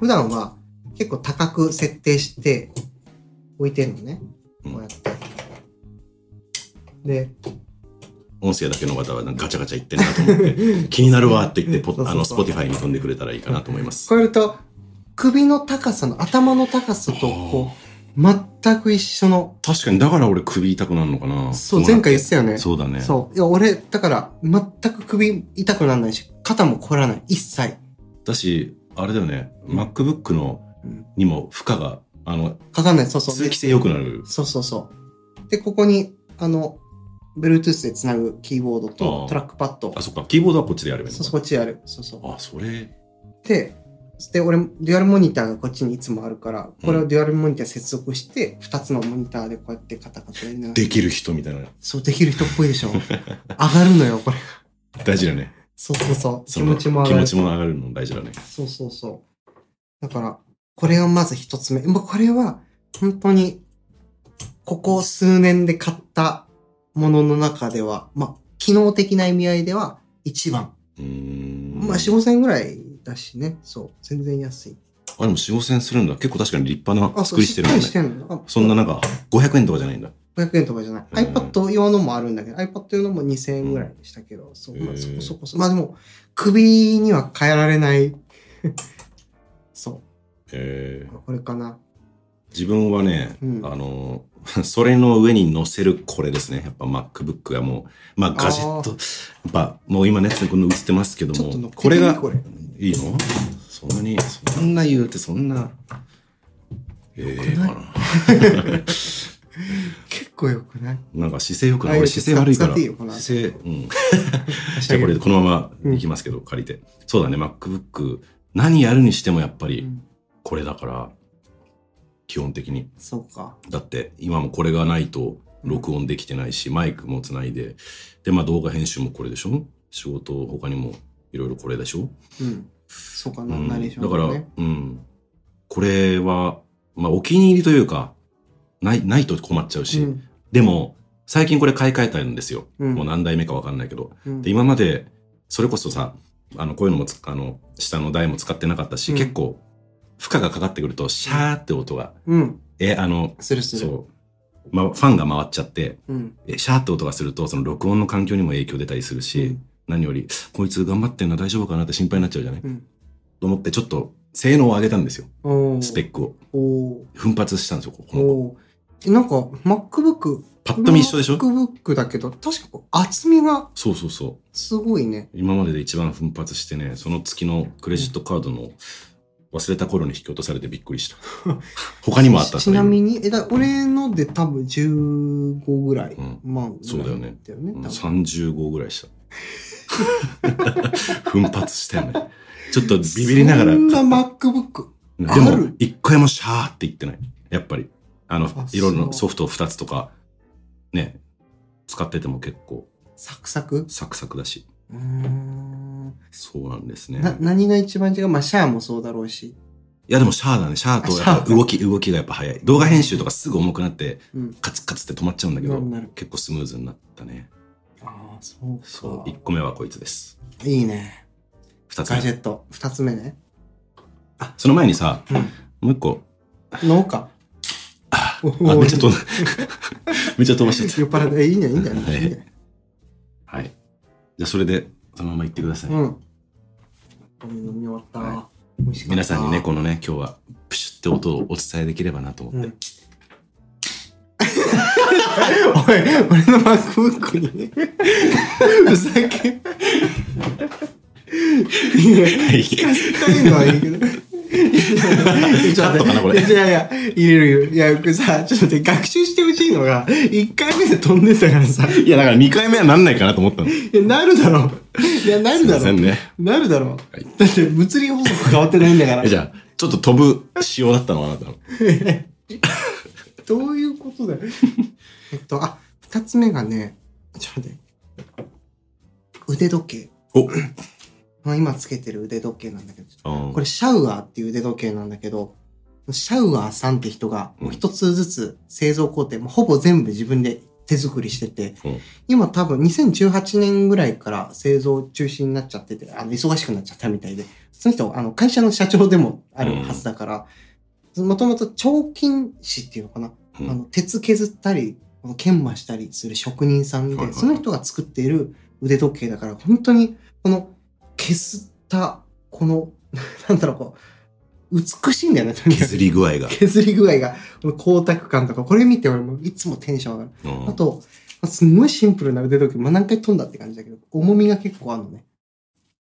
B: 普段は結構高く設定して置いてるのね。
C: うん
B: こうやって。で、
C: 音声だけの方はなんかガチャガチャ言ってんなと思って、 気になるわって 言って、ポ
B: そうそうそう
C: あの、スポティファイに飛んでくれたらいいかなと思います。
B: これと、首の高さの、頭の高さと、こう、全く一緒の、
C: 確かに、だから俺首痛くなるのかな。
B: そう、
C: こな
B: 前
C: って
B: 回言ってたよね。
C: そうだね。
B: そう。いや、俺、だから、全く首痛くならないし、肩も凝らない。一切。
C: だし、あれだよね、MacBook の
B: うん
C: にも負荷が、あの、
B: かかんない。そうそう。
C: 通
B: で
C: 気性良くなる。
B: そうそうそう。で、ここに、あの、Bluetooth でつなぐキーボード
C: あ
B: と
C: ー
B: トラックパッド
C: あ、。そっか、キーボードはこっちでやればいい
B: そ
C: の
B: うそう、
C: か
B: こっちでやる。そうそう。
C: あ、それ、
B: で、で、俺、デュアルモニターがこっちにいつもあるから、これをデュアルモニター接続して、2つのモニターでこうやってカタカタやりながら。
C: できる人みたいな。
B: そう、できる人っぽい でしょ。上がるのよ、これ。
C: 大事だね。
B: そうそうそう。
C: そ
B: 気
C: の
B: 持ちも上
C: 気
B: が
C: 持
B: る。
C: ちも上がるの大事だね。
B: そうそうそう。だから、これがまず一つ目。まあ、これは、本当に、ここ数年で買ったものの中では、まあ、機能的な意味合いでは、一番。
C: うーん。うん
B: まあ、4、5千円ぐらいだしね。そう。全然安い。
C: あ、でも4、5千円するんだ。結構確かに立派な
B: あ、そう。
C: 作りしてる
B: しっか
C: ん
B: り
C: だ
B: し
C: ね。
B: てんの。あ
C: そんななんか、500円とかじゃないんだ。
B: 500円とかじゃない。
C: うん
B: iPad 用のもあるんだけど、iPad 用のも2000円ぐらいでしたけど、そうま
C: へ
B: あ、
C: ー
B: そこそこそ。まあでも、首には変えられない。 そ
C: え
B: う。これかな。
C: 自分はね、
B: うん
C: あの、 それの上に乗せるこれですね。やっぱ MacBook がもう、まあガジェット、やっぱもう今ね、この映ってますけど
B: ちょっと乗
C: も
B: っ、け
C: こ
B: て
C: れ
B: み
C: が、
B: これ。
C: いいのそんなに、そんな言うて、そんな、ええかな。
B: 結構よくない
C: なんか姿勢良くな
B: あ
C: い。
B: いいよ
C: 俺姿勢悪いから。
B: 使っていいよこの後
C: 姿勢、うん。じ
B: じ
C: ゃあこれこのままいきますけど、借りて。そうだね、MacBook。何やるにしてもやっぱりこれだから、基本的に。
B: そうか。
C: だって今もこれがないと録音できてないし、マイクもつないで。で、まあ動画編集もこれでしょ仕事他にもいろいろこれでしょ
B: うん。そうか
C: う
B: な、
C: ん
B: ナレーション
C: だから、
B: ね
C: うん。これは、まあお気に入りというか、ない、ないと困っちゃうし、
B: うん
C: でも、最近これ買い替えたんですよ。
B: うん
C: もう何代目かわかんないけど。
B: うん
C: で今までそれこそさあのこういうのもつあの下の台も使ってなかったし、
B: うん
C: 結構負荷がかかってくるとシャーって音が、
B: うん。
C: えあの
B: するする。
C: そう、ま、ファンが回っちゃって
B: うん。
C: えシャーって音がするとその録音の環境にも影響出たりするし、
B: うん
C: 何よりこいつ頑張ってんな大丈夫かなって心配になっちゃうじゃない、
B: うん
C: と思ってちょっと性能を上げたんですよ
B: おー
C: スペックを
B: お
C: 奮発したんですよこ
B: ー
C: この
B: おーえなんか、MacBook。
C: パッと見一緒でしょ
B: MacBook だけど、確かこう厚みが
C: そうそうそう
B: すごいね。
C: 今までで一番奮発してねその月のクレジットカードの忘れた頃に引き落とされてびっくりした 他にもあった
B: ちなみに、えだ俺ので多分15ぐらい。
C: うん
B: まあ、ぐらい
C: そうだよね
B: だよね。多分
C: 35ぐらいした 奮発したよねちょっとビビりながら
B: そん
C: で
B: な
C: も
B: MacBook。ある
C: 一回もシャーって言ってないやっぱりあの
B: あ
C: いろいろな
B: そ
C: ソ
B: う
C: フト2つとかね使ってても結構
B: サクサク
C: サクサクだし
B: うーん。
C: そうなんですね
B: な、何が一番違うまあ、シャアもそうだろうし。
C: いやでもシャアだねシャアとやっぱ動き動きがやっぱ早い動画編集とかすぐ重くなって
B: うん。
C: カツカツって止まっちゃうんだけ
B: な
C: ど
B: るなる
C: 結構スムーズになったね
B: ああ、そうか。
C: そう1個目はこいつです
B: いいね。
C: 2つ
B: ガジェ
C: 目
B: ット。二つ目ね。
C: その前にさ、
B: うん
C: もう1個
B: 脳か。
C: あ
B: お
C: あ
B: ー
C: めっちゃ飛んだ めっちゃ飛ばしちゃっ
B: 酔っ払って、えいいね、いいんだよ、いいんだよいいんだよ。
C: たはいじゃあそれでそのまま行ってください、
B: うん。飲み飲み終わった。
C: は
B: 美味しかった。
C: 皆さんにねこのね今日はプシュって音をお伝えできればなと思
B: う
C: っ
B: ん。お
C: て、
B: い、俺の MacBook にね、 ふざけ。いや、聞かせたいのはいいけ ど。
C: カットかなこれ
B: いやいやいや、入れるよ。いや、これさ、ちょっと待って、学習してほしいのが、1回目で飛んでたからさ、
C: いやだから2回目はなんないかなと思ったのす
B: いや、なるだろう。いや、なる
C: い
B: だ
C: ま
B: ろ
C: せ
B: う。
C: んね
B: なるだろう。
C: はい
B: だって、物理法則変わってないんだから
C: え。じゃあちょっと飛ぶ仕様だったのあなたの
B: どういうことだよ。えっと、あ、二つ目がね、ちょっと待って。腕時計。
C: お
B: まあ今つけてる腕時計なんだけど、
C: あー
B: これシャウアーっていう腕時計なんだけど、シャウアーさんって人が、もう一つずつ製造工程、もうほぼ全部自分で手作りしてて、
C: うん
B: 今多分2018年ぐらいから製造中止になっちゃってて、あの、忙しくなっちゃったみたいで、その人、あの、会社の社長でもあるはずだから、もともと彫金師っていうのかな、
C: うん
B: あの、鉄削ったり、この研磨したりする職人さんで、
C: はいはいはい
B: その人が作っている腕時計だから、本当に、この、削った、この、 なんだろう、こう、美しいんだよね、とにかく
C: 削り具合 が、
B: 削り具合が、この光沢感とか、これ見て俺もいつもテンション上がる。
C: うん
B: あと、すんごいシンプルな腕時計、まあ、何回飛んだって感じだけど、重みが結構あるの ね。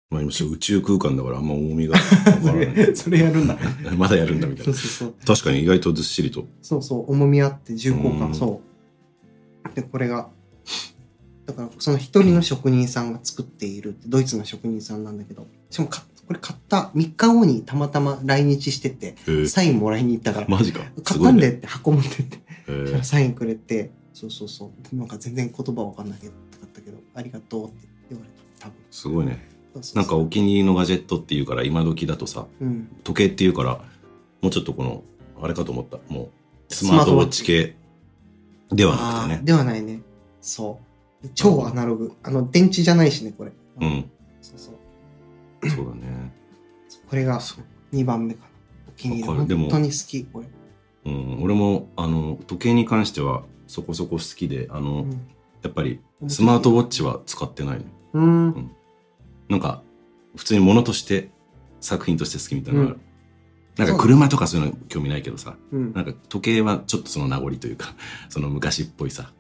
C: まあ、今ちょっと宇宙空間だからあんま重みが分から
B: そ
C: な い
B: れ、それやるんだ。
C: まだやるんだみたい
B: そうそう
C: な
B: そう。
C: 確かに意外とずっしりと
B: そうそう、重みあって重厚
C: う
B: 感、
C: ん
B: そう。で、これが、だからその一人の職人さんが作っているって、ドイツの職人さんなんだけど、しかもかこれ買った3日後にたまたま来日してて、
C: へー
B: サインもらいに行ったから、
C: マジか
B: 買ったんで
C: へ
B: って箱持ってって、そした
C: ー
B: ら サインくれて、そうそうそう、なんか全然言葉わかんなかったけど、ありがとうって言われた、多分。
C: すごい
B: そ
C: ね
B: うそうそう
C: なんかお気に入りのガジェットっていうから今時だとさ
B: うん、
C: 時計っていうからもうちょっとこのあれかと思ったもう
B: ス
C: スマ
B: マ
C: ー
B: ー
C: ト
B: ト
C: ウ
B: ウ
C: ォ
B: ォ
C: ッ
B: ッ
C: チ
B: チ
C: 系ではな
B: あ
C: く
B: あ
C: て
B: ー
C: ね
B: ではないね。そう。超アナログ。あの、電池じゃないしね、これ。
C: うん
B: そうそう。
C: そうだね。
B: これが
C: そう
B: 2番目かな。お気に入
C: わかるで
B: り。
C: も
B: 本当に好き、これ。
C: うん、俺も、あの、時計に関してはそこそこ好きで、あの、やっぱりスマートウォッチ
B: は。
C: は使ってないの。
B: うん。
C: なんか、普通に物として、作品として好きみたいなのがある。なん
B: そう
C: か車とかそういうの興味ないけどさ、
B: うん
C: なんか時計はちょっとその名残というか、 その昔っぽいさ。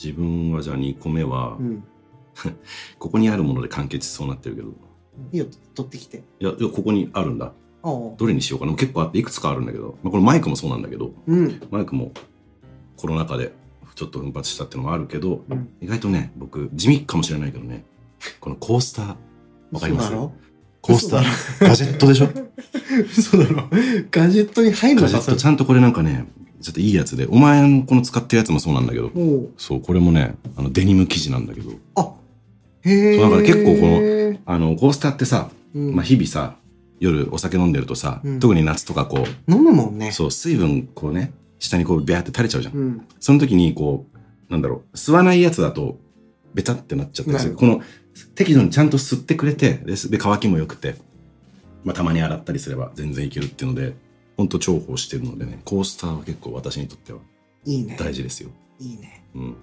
C: 自分はじゃあ2個目は、
B: うん。
C: ここにあるもので完結しそうになってるけど、
B: いいよ、取ってきて。
C: いや、いやここにあるんだ。
B: ああ。
C: どれにしようかな。結構あって、いくつかあるんだけど、まあ、このマイクもそうなんだけど、
B: うん。
C: マイクもコロナ禍でちょっと奮発したっていうのもあるけど、
B: うん
C: 意外とね、僕、地味かもしれないけどね、このコースター、わかります
B: 嘘だろ
C: コースター、ガジェットでしょ
B: 嘘だろガジェットに入る
C: ガ
B: の
C: ジェ
B: か
C: ット、ちゃんとこれなんかね、ちょっといいやつで、お前のこの使ってるやつもそうなんだけど、
B: もう。
C: そう、これもね、あのデニム生地なんだけど、
B: あへえ。
C: そうだから結構こあの、コースターってさ、
B: うん
C: まあ、日々さ、夜お酒飲んでるとさ、
B: うん
C: 特に夏とかこう、
B: 飲むもんね。
C: そう、水分こうね、下にこう、ビャーって垂れちゃうじゃん。
B: うん。
C: その時に、こう、なんだろう、吸わないやつだと、ベタってなっちゃったりする。
B: な
C: この、適度にちゃんと吸ってくれて、ですで、乾きも良くて、まあ、たまに洗ったりすれば全然いけるっていうので、ほんと重宝してるのでね、コースターは結構私にとってはい
B: いね。
C: 大事ですよ。
B: いいね。
C: うん。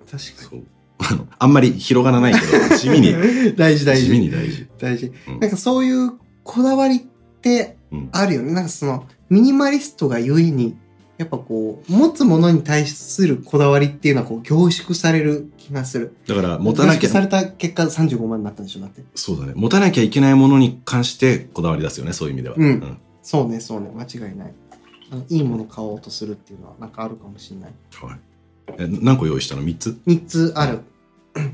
B: 確か
C: そう。 あの、あんまり広がらない けど、地味に、
B: に。大事大
C: 地味
B: 事。
C: に大事。
B: 大事
C: う。ん
B: なんかそういうこだわりって
C: うん。
B: あるよね。なんかその、ミニマリストがゆえに、やっぱこう、持つものに対するこだわりっていうのはこう凝縮される気がする。
C: だから、持たなき
B: 凝縮され
C: ゃ、
B: た結果35万になったんでしょ、だって。
C: そうだね。持たなきゃいけないものに関してこだわり出すよね、そういう意味では。
B: うんそうね、そうね、間違いない。あのいいもの買おうとするっていうのはなんかあるかもしれない。
C: はい。え、何個用意したの ?3 つ
B: 3つある。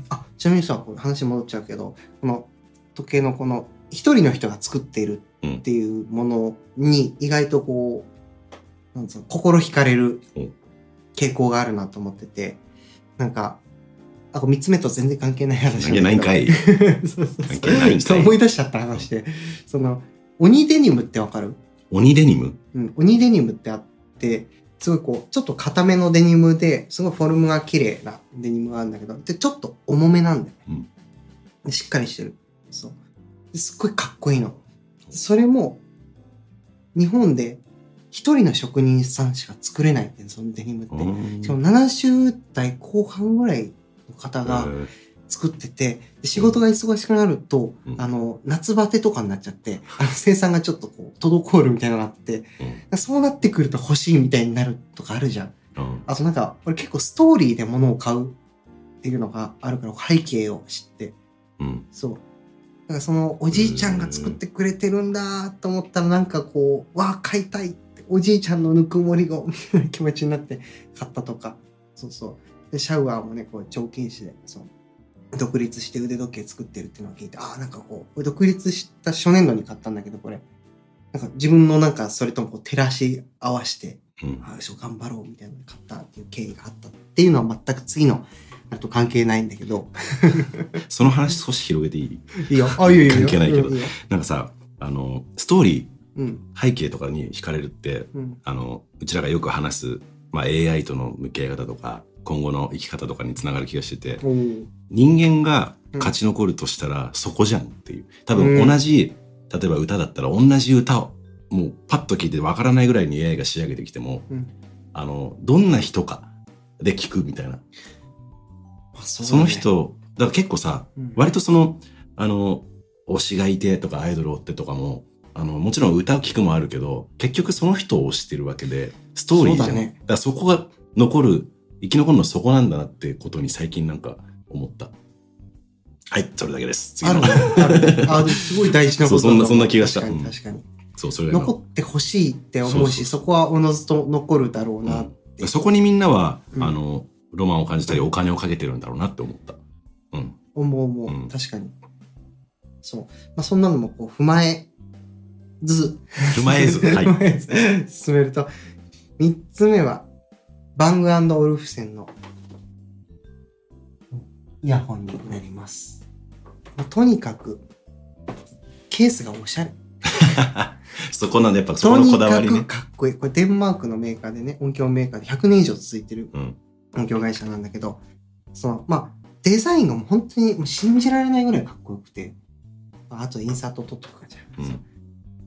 B: あ、ちなみにさ、これ話戻っちゃうけど、この時計のこの、一人の人が作っているっていうものに意外とこう、なんつうの、心惹かれる
C: うん
B: 傾向があるなと思ってて、なんか、あ、これ3つ目と全然関係ない話
C: 関係ないんか
B: い。
C: い。
B: そうそう
C: 関
B: そ
C: 係ないんか
B: う。
C: い
B: ちょっと思い出しちゃった話で、その、鬼デニムってわかる
C: 鬼デニム
B: うん、鬼デニムってあって、すごいこう、ちょっと硬めのデニムで、すごいフォルムが綺麗なデニムがあるんだけど、で、ちょっと重めなんだよね。でしっかりしてる。そう。ですっごいかっこいいの。それも、日本で一人の職人さんしか作れないって、そのデニムって。しかも70代後半ぐらいの方が
C: えー
B: 作ってて、で仕事が忙しくなると、
C: うん
B: あの、夏バテとかになっちゃって、あの生産がちょっとこう、滞るみたいなのがあって、そうなってくると欲しいみたいになるとかあるじゃん。
C: うん
B: あとなんか、俺結構ストーリーで物を買うっていうのがあるから、背景を知って。
C: うん
B: そう。だからそのおじいちゃんが作ってくれてるんだと思ったらなんかこう、わあ、買いたいって、おじいちゃんのぬくもりが、 みたいな気持ちになって買ったとか。そうそう。で、シャワーもね、こう、彫金師で、そう。独立して腕時計作ってるっていうのを聞いて、ああ、なんかこう、俺独立した初年度に買ったんだけど、これ。なんか自分のなんかそれともこう照らし合わせて、
C: うん
B: ああ、そう頑張ろうみたいなの買ったっていう経緯があったっていうのは全く次の、あれと関係ないんだけど。
C: その話少し広げていい
B: いいよ。あ、いいよいいよ。
C: 関係ないけど
B: うんよ
C: なんかさあのストーリ
B: うん。
C: ー背景とかに惹かれるって
B: うん。
C: あのうちらがよく話す、まあ、AI との向き合い方とか今後の生き方とかにつながる気がしてて
B: おー
C: 人間が勝ち残るとしたらそこじゃんっていう多
B: う
C: 分
B: ん
C: 同じ、例えば歌だったら同じ歌をもうパッと聞いてわからないぐらいに AI が仕上げてきても、
B: うん
C: あのどんな人かで聞くみたいな
B: あそ
C: その、人だから結構さ
B: うん
C: 割とその、あの、推しがいてとかアイドルを追ってとかも、あの、もちろん歌を聴くもあるけど、結局その人を推してるわけで、ストーリーじゃ
B: そ
C: な
B: う
C: い。
B: だ
C: だ,、
B: ね
C: からそこが残る、生き残るのそこなんだなってことに最近なんか思った。はい、それだけです。次
B: ある
C: の
B: ね。。あるね。あ、すごい大事なことだ
C: そうそんなそんな気がした
B: 確か
C: う
B: に
C: ん
B: 確かに。
C: そう、それ
B: 残
C: が。
B: ってほしいって思うし、そこはおのずと残るだろうな。
C: うんそこにみんなは、
B: うん
C: あの、ロマンを感じたりお金をかけてるんだろうなって思った。 うん。
B: 思う思う。
C: うん
B: 確かに。そう。まあ、そんなのもこう踏まえず、
C: 踏まえ ず、はい。
B: 踏まえず進めると、3つ目は、バングオルフセンのイヤホンになります。まあとにかく、ケースがおしゃれ。
C: そこなんで、やっぱそ
B: と
C: この
B: に
C: こだわ
B: か
C: りね
B: く。かっこいい。これデンマークのメーカーでね、音響メーカーで100年以上続いてる
C: うん。
B: 音響会社なんだけど、その、まあ、デザインがもう本当にもう信じられないぐらいかっこよくて、あとインサート撮っとくかじゃあ、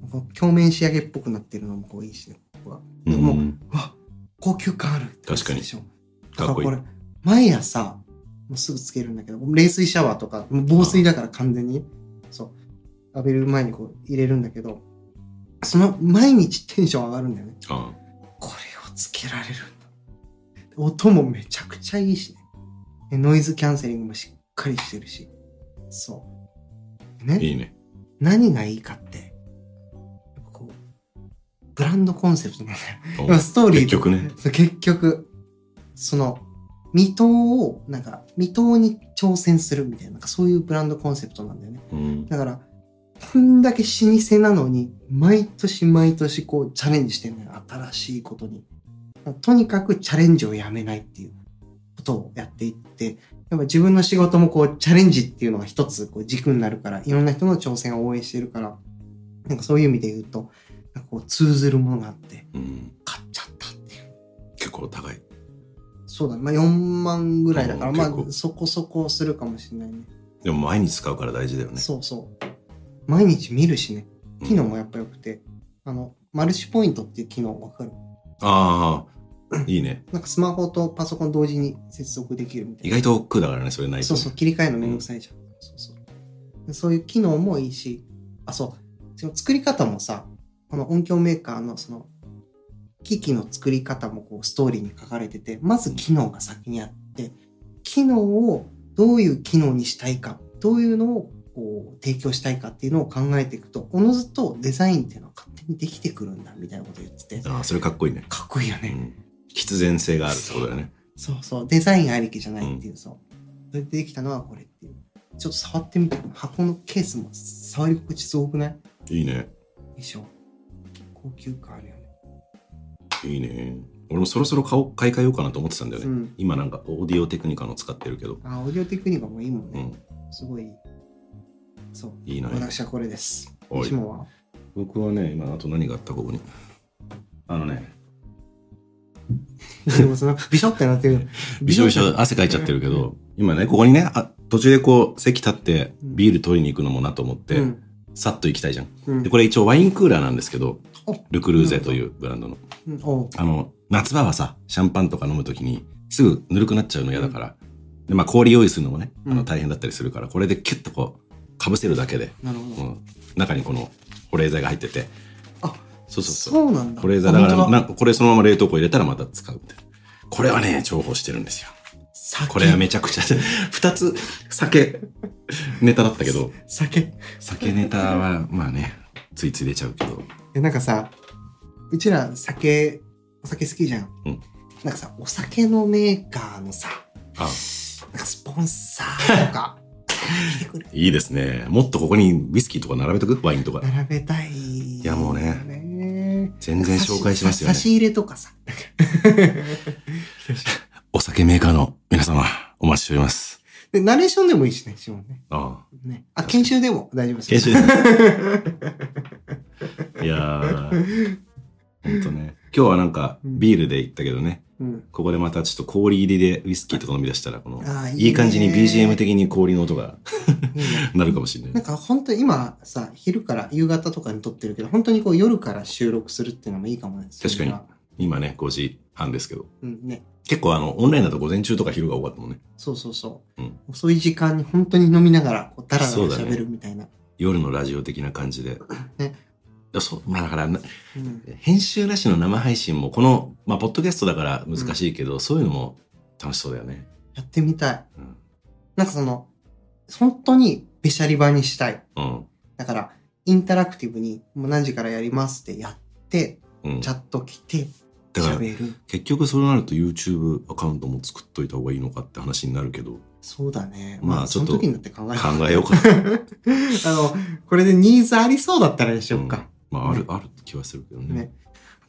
C: うん
B: こう鏡面仕上げっぽくなってるのもこういいしねここはでも
C: うん
B: わ高級感あるってやつでしょ
C: かっこいい
B: だらこれ毎朝もうすぐつけるんだけど冷水シャワーとかもう防水だから完全にそう浴びる前にこう入れるんだけどその毎日テンション上がるんだよね
C: あ
B: これをつけられるんだ音もめちゃくちゃいいしねでノイズキャンセリングもしっかりしてるしそうね
C: いいね
B: 何がいいかってやっぱこうブランドコンセプトなんだよ
C: お
B: まあストーリー
C: 結局ね
B: そう結局その未踏をなんか未踏に挑戦するみたいななんかそういうブランドコンセプトなんだよね
C: うん
B: だからこんだけ老舗なのに毎年毎年こうチャレンジしてるのよ新しいことにとにかくチャレンジをやめないっていうことをやっていってやっぱ自分の仕事もこうチャレンジっていうのが一つこう軸になるからいろんな人の挑戦を応援してるからなんかそういう意味で言うとなんかこう通ずるものがあって
C: うん
B: 買っちゃったっていう
C: 結構高い
B: そうだねまあ4万ぐらいだから
C: うん
B: まあ
C: 結構
B: そこそこするかもしれないね
C: でも毎日使うから大事だよね
B: そうそう毎日見るしね
C: うん
B: 機能もやっぱ良くて、あの、マルチポイントっていう機能わかる
C: ああいいね
B: なんかスマホとパソコン同時に接続できるみた
C: 意
B: いな。
C: 外と億劫だからねそれないと
B: そうそう、切り替えるのめんどくさいじゃん。そうそう。そういう機能もいいし、あ、そう。その作り方もさ、この音響メーカーのその、機器の作り方もこうストーリーに書かれてて、まず機能が先にあって、機能をどういう機能にしたいか、どういうのをこう提供したいかっていうのを考えていくと、おのずとデザインっていうのは勝手にできてくるんだみたいなこと言ってて、
C: ああそれかっこいいね
B: かっこいいよ
C: う
B: ね。
C: ん必然性があるってことだよね
B: そうそう、デザインありきじゃないっていう、そう。それでできたのはこれっていう。ちょっと触ってみて、箱のケースも触り心地すごくないよ
C: いいね
B: いしょ。高級感あるよね。
C: いいね俺もそろそろ顔買い替えようかなと思ってたんだよ
B: う
C: ね、
B: ん。
C: 今なんかオーディオテクニカの使ってるけど
B: あ、オーディオテクニカもいいもん
C: う
B: ね。
C: ん
B: すごいいい。そう。
C: いいな
B: 私はこれです。
C: おい
B: しもは
C: 僕はね今あと何があったここにあのね
B: でも その、ビショってなってる。
C: びしょびしょ汗かいちゃってるけど今ねここにねあ途中でこう席立って
B: うん
C: ビール取りに行くのもなと思って、
B: うん。
C: さっと行きたいじゃん
B: うん
C: でこれ一応ワインクーラーなんですけど
B: お
C: ルクルーゼというブランドの
B: うんおう
C: あの夏場はさシャンパンとか飲むときにすぐぬるくなっちゃうの嫌だから、でまあ、氷用意するのもねあ
B: う
C: の
B: ん
C: 大変だったりするからこれでキュッとこうかぶせるだけで、
B: なるほ
C: う
B: ど。
C: ん、中にこの保冷剤が入ってて
B: あ
C: そうそうそう
B: そうなんだ。
C: 保冷剤だか
B: あ
C: ら
B: 本当
C: なこれそのまま冷凍庫入れたらまた使うみたいなこれはね重宝してるんですよ
B: 酒。
C: これはめちゃく ちゃ2つ酒ネタだったけど
B: 酒。
C: 酒ネタはまあねついつい出ちゃうけど
B: えなんかさうちら酒お酒好きじゃん、
C: うん
B: なんかさお酒のメーカーのさ
C: あ
B: なんかスポンサーと か出てくる
C: いいですねもっとここにウイスキーとか並べとくワインとか
B: 並べたいい
C: やもうね全然紹介しますよ
B: 差
C: ね
B: し差し入れとかさ
C: お酒メーカーの皆様お待ちしております
B: でナレーションでもいいしねしもね
C: ああ
B: ねあ研修でも大丈夫です
C: 研修
B: で
C: いやーほんとね今日はなんかビールで行ったけどね、
B: うん
C: ここでまたちょっと氷入りでウイスキーとか飲み出したらこの
B: あーいいね
C: いい感じに BGM 的に氷の音が
B: いいね
C: なるかもしれな
B: ないんか本当に今さ昼から夕方とかに撮ってるけど本当にこう夜から収録するっていうのもいいかもね
C: 確かに
B: それが
C: 今ね5時半ですけど
B: うんね
C: 結構あのオンラインだと午前中とか昼が多かったもんね
B: そうそうそう、
C: うん
B: 遅い時間に本当に飲みながらこうダラダ
C: そ
B: ラ
C: うだね
B: 喋るみたいな、
C: 夜のラジオ的な感じで、
B: ね
C: いやそうまあだから
B: う
C: な
B: ん
C: 編集なしの生配信もこのまあポッドキャストだから難しいけど、そういうのも楽しそうだよね、
B: やってみたい
C: うん
B: なんかその本当にべしゃり場にしたい
C: うん
B: だからインタラクティブにもう何時からやりますってやって
C: うん、
B: チャ
C: だ
B: ット来て
C: から
B: 喋る
C: 結局そうなると YouTube アカウントも作っといた方がいいのかって話になるけど
B: そうだね
C: まあ
B: まあ
C: ち
B: そ
C: ょっ
B: の
C: と
B: 時になって考える
C: 考えようか
B: あのこれでニーズありそうだったらにしようか、
C: うんまあある、
B: ね
C: ある気はするけどね
B: ね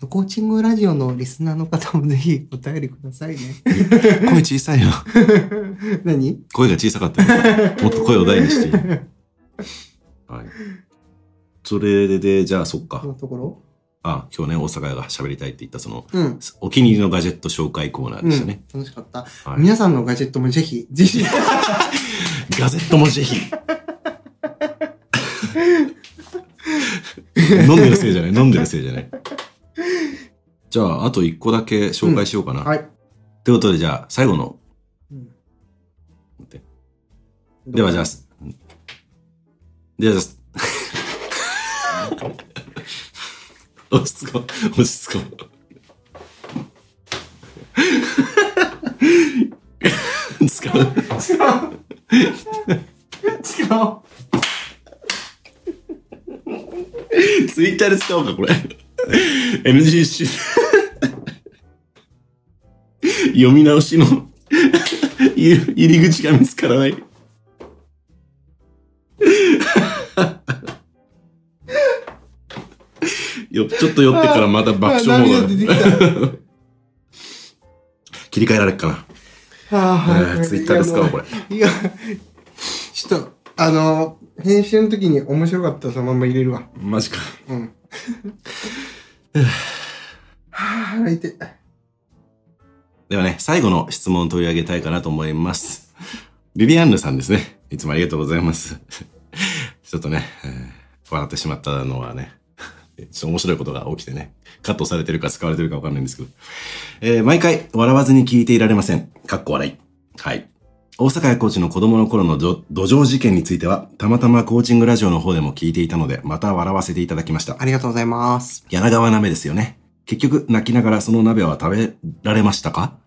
B: あのコーチングラジオのリスナーの方もぜひお便りくださいね
C: 声小さいよ
B: 何
C: 声が小さかっ たよもっと声を大にしていい、はい、それでじゃあそっか、
B: このところ
C: あ今日ね大阪屋が喋りたいって言ったその
B: うん
C: お気に入りのガジェット紹介コーナーでしたね、
B: うん、楽しかった。
C: はい
B: 皆さんのガジェットもぜひ、ぜひ。
C: ガジェットもぜひ飲んでるせいじゃない飲んでるせいじゃないじゃああと一個だけ紹介しようかな、
B: はい。
C: ということでじゃあ最後の
B: うん
C: 待ってではじゃあではじゃ あ落ち着こう 落ち着こう使う
B: 違う。違う。
C: ツイッターで使おうか、これ。NG 集。読み直しの入入り口が見つからない。よちょっと酔ってからまた爆笑モードだね
B: あ涙出てき
C: 切り替えられっか
B: た。あ
C: な。
B: ー
C: えーツイッターで使おう、これ。
B: いや、ちょっと、あの、編集の時に面白かったらそのまま入れるわ。
C: マジか。
B: うん。はぁ、泣いて。
C: ではね、最後の質問を取り上げたいかなと思います。リリアンヌさんですね。いつもありがとうございます。 ちょっとね、えー笑ってしまったのはね、ちょっと面白いことが起きてね、カットされてるか使われてるかわかんないんですけど、えー毎回笑わずに聞いていられません。かっこ笑い。はい。大阪やコーチの子供の頃のど土壌事件については、たまたまコーチングラジオの方でも聞いていたので、また笑わせていただきました。
B: ありがとうございます。
C: 柳川鍋ですよね。結局、泣きながらその鍋は食べられましたか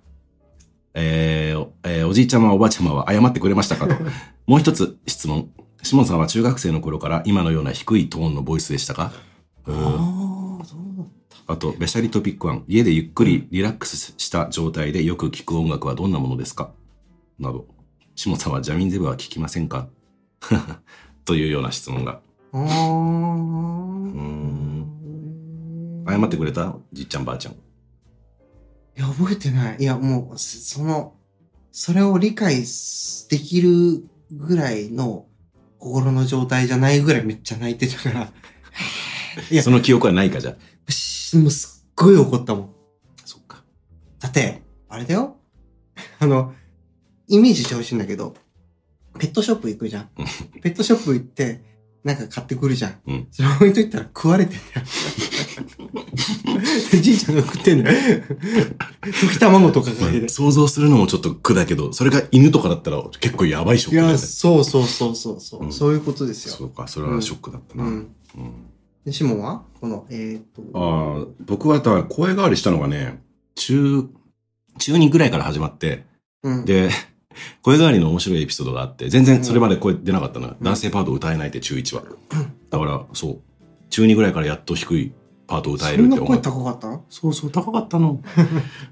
C: えーおえーおじいちゃま、おばあちゃまは謝ってくれましたかと。もう一つ質問。シモンさんは中学生の頃から今のような低いトーンのボイスでしたかうん
B: ああ、そう。
C: あと、べしゃりトピック1。家でゆっくりリラックスした状態でよく聞く音楽はどんなものですかなど。シモンさんはジャミンゼブは聞きませんか というような質問が。
B: あ
C: うー
B: ー
C: ん。謝ってくれたじいちゃんばあちゃん。
B: いや、覚えてない。いや、もう、そその、それを理解すできるぐらいの心の状態じゃないぐらいめっちゃ泣いてたから、いや
C: その記憶はないかじゃあ。
B: しもうすっごい怒ったもん。
C: そっか。
B: だって、あれだよあの、イメージしてほしいんだけど、ペットショップ行くじゃん
C: うん。
B: ペットショップ行って、なんか買ってくるじゃん。
C: うん
B: それ置いといたら食われてん だよ。でじいちゃんが食ってんだ よ。溶き卵とか
C: ま
B: が
C: あ
B: 入れて。
C: 想像するのもちょっと苦だけど、それが犬とかだったら結構やばいショッ
B: い
C: クだよ
B: や、
C: ね。
B: そうそうそうそうそう、
C: うん
B: そういうことですよ。
C: そうか、それはショックだったな。
B: う
C: うん
B: ん。で、シモンはこの、えーっと、
C: ああ、僕はだから声変わりしたのがね、中、中2ぐらいから始まって、
B: うん、
C: で、声変わりの面白いエピソードがあって、全然それまで声出なかったのよ、
B: うん
C: 男性パート歌えないって中1は。だから、そう、中2ぐらいからやっと低いパートを歌える
B: そ
C: って
B: んな
C: 思
B: 声
C: った。
B: 高かった
C: そうそう、高かったの。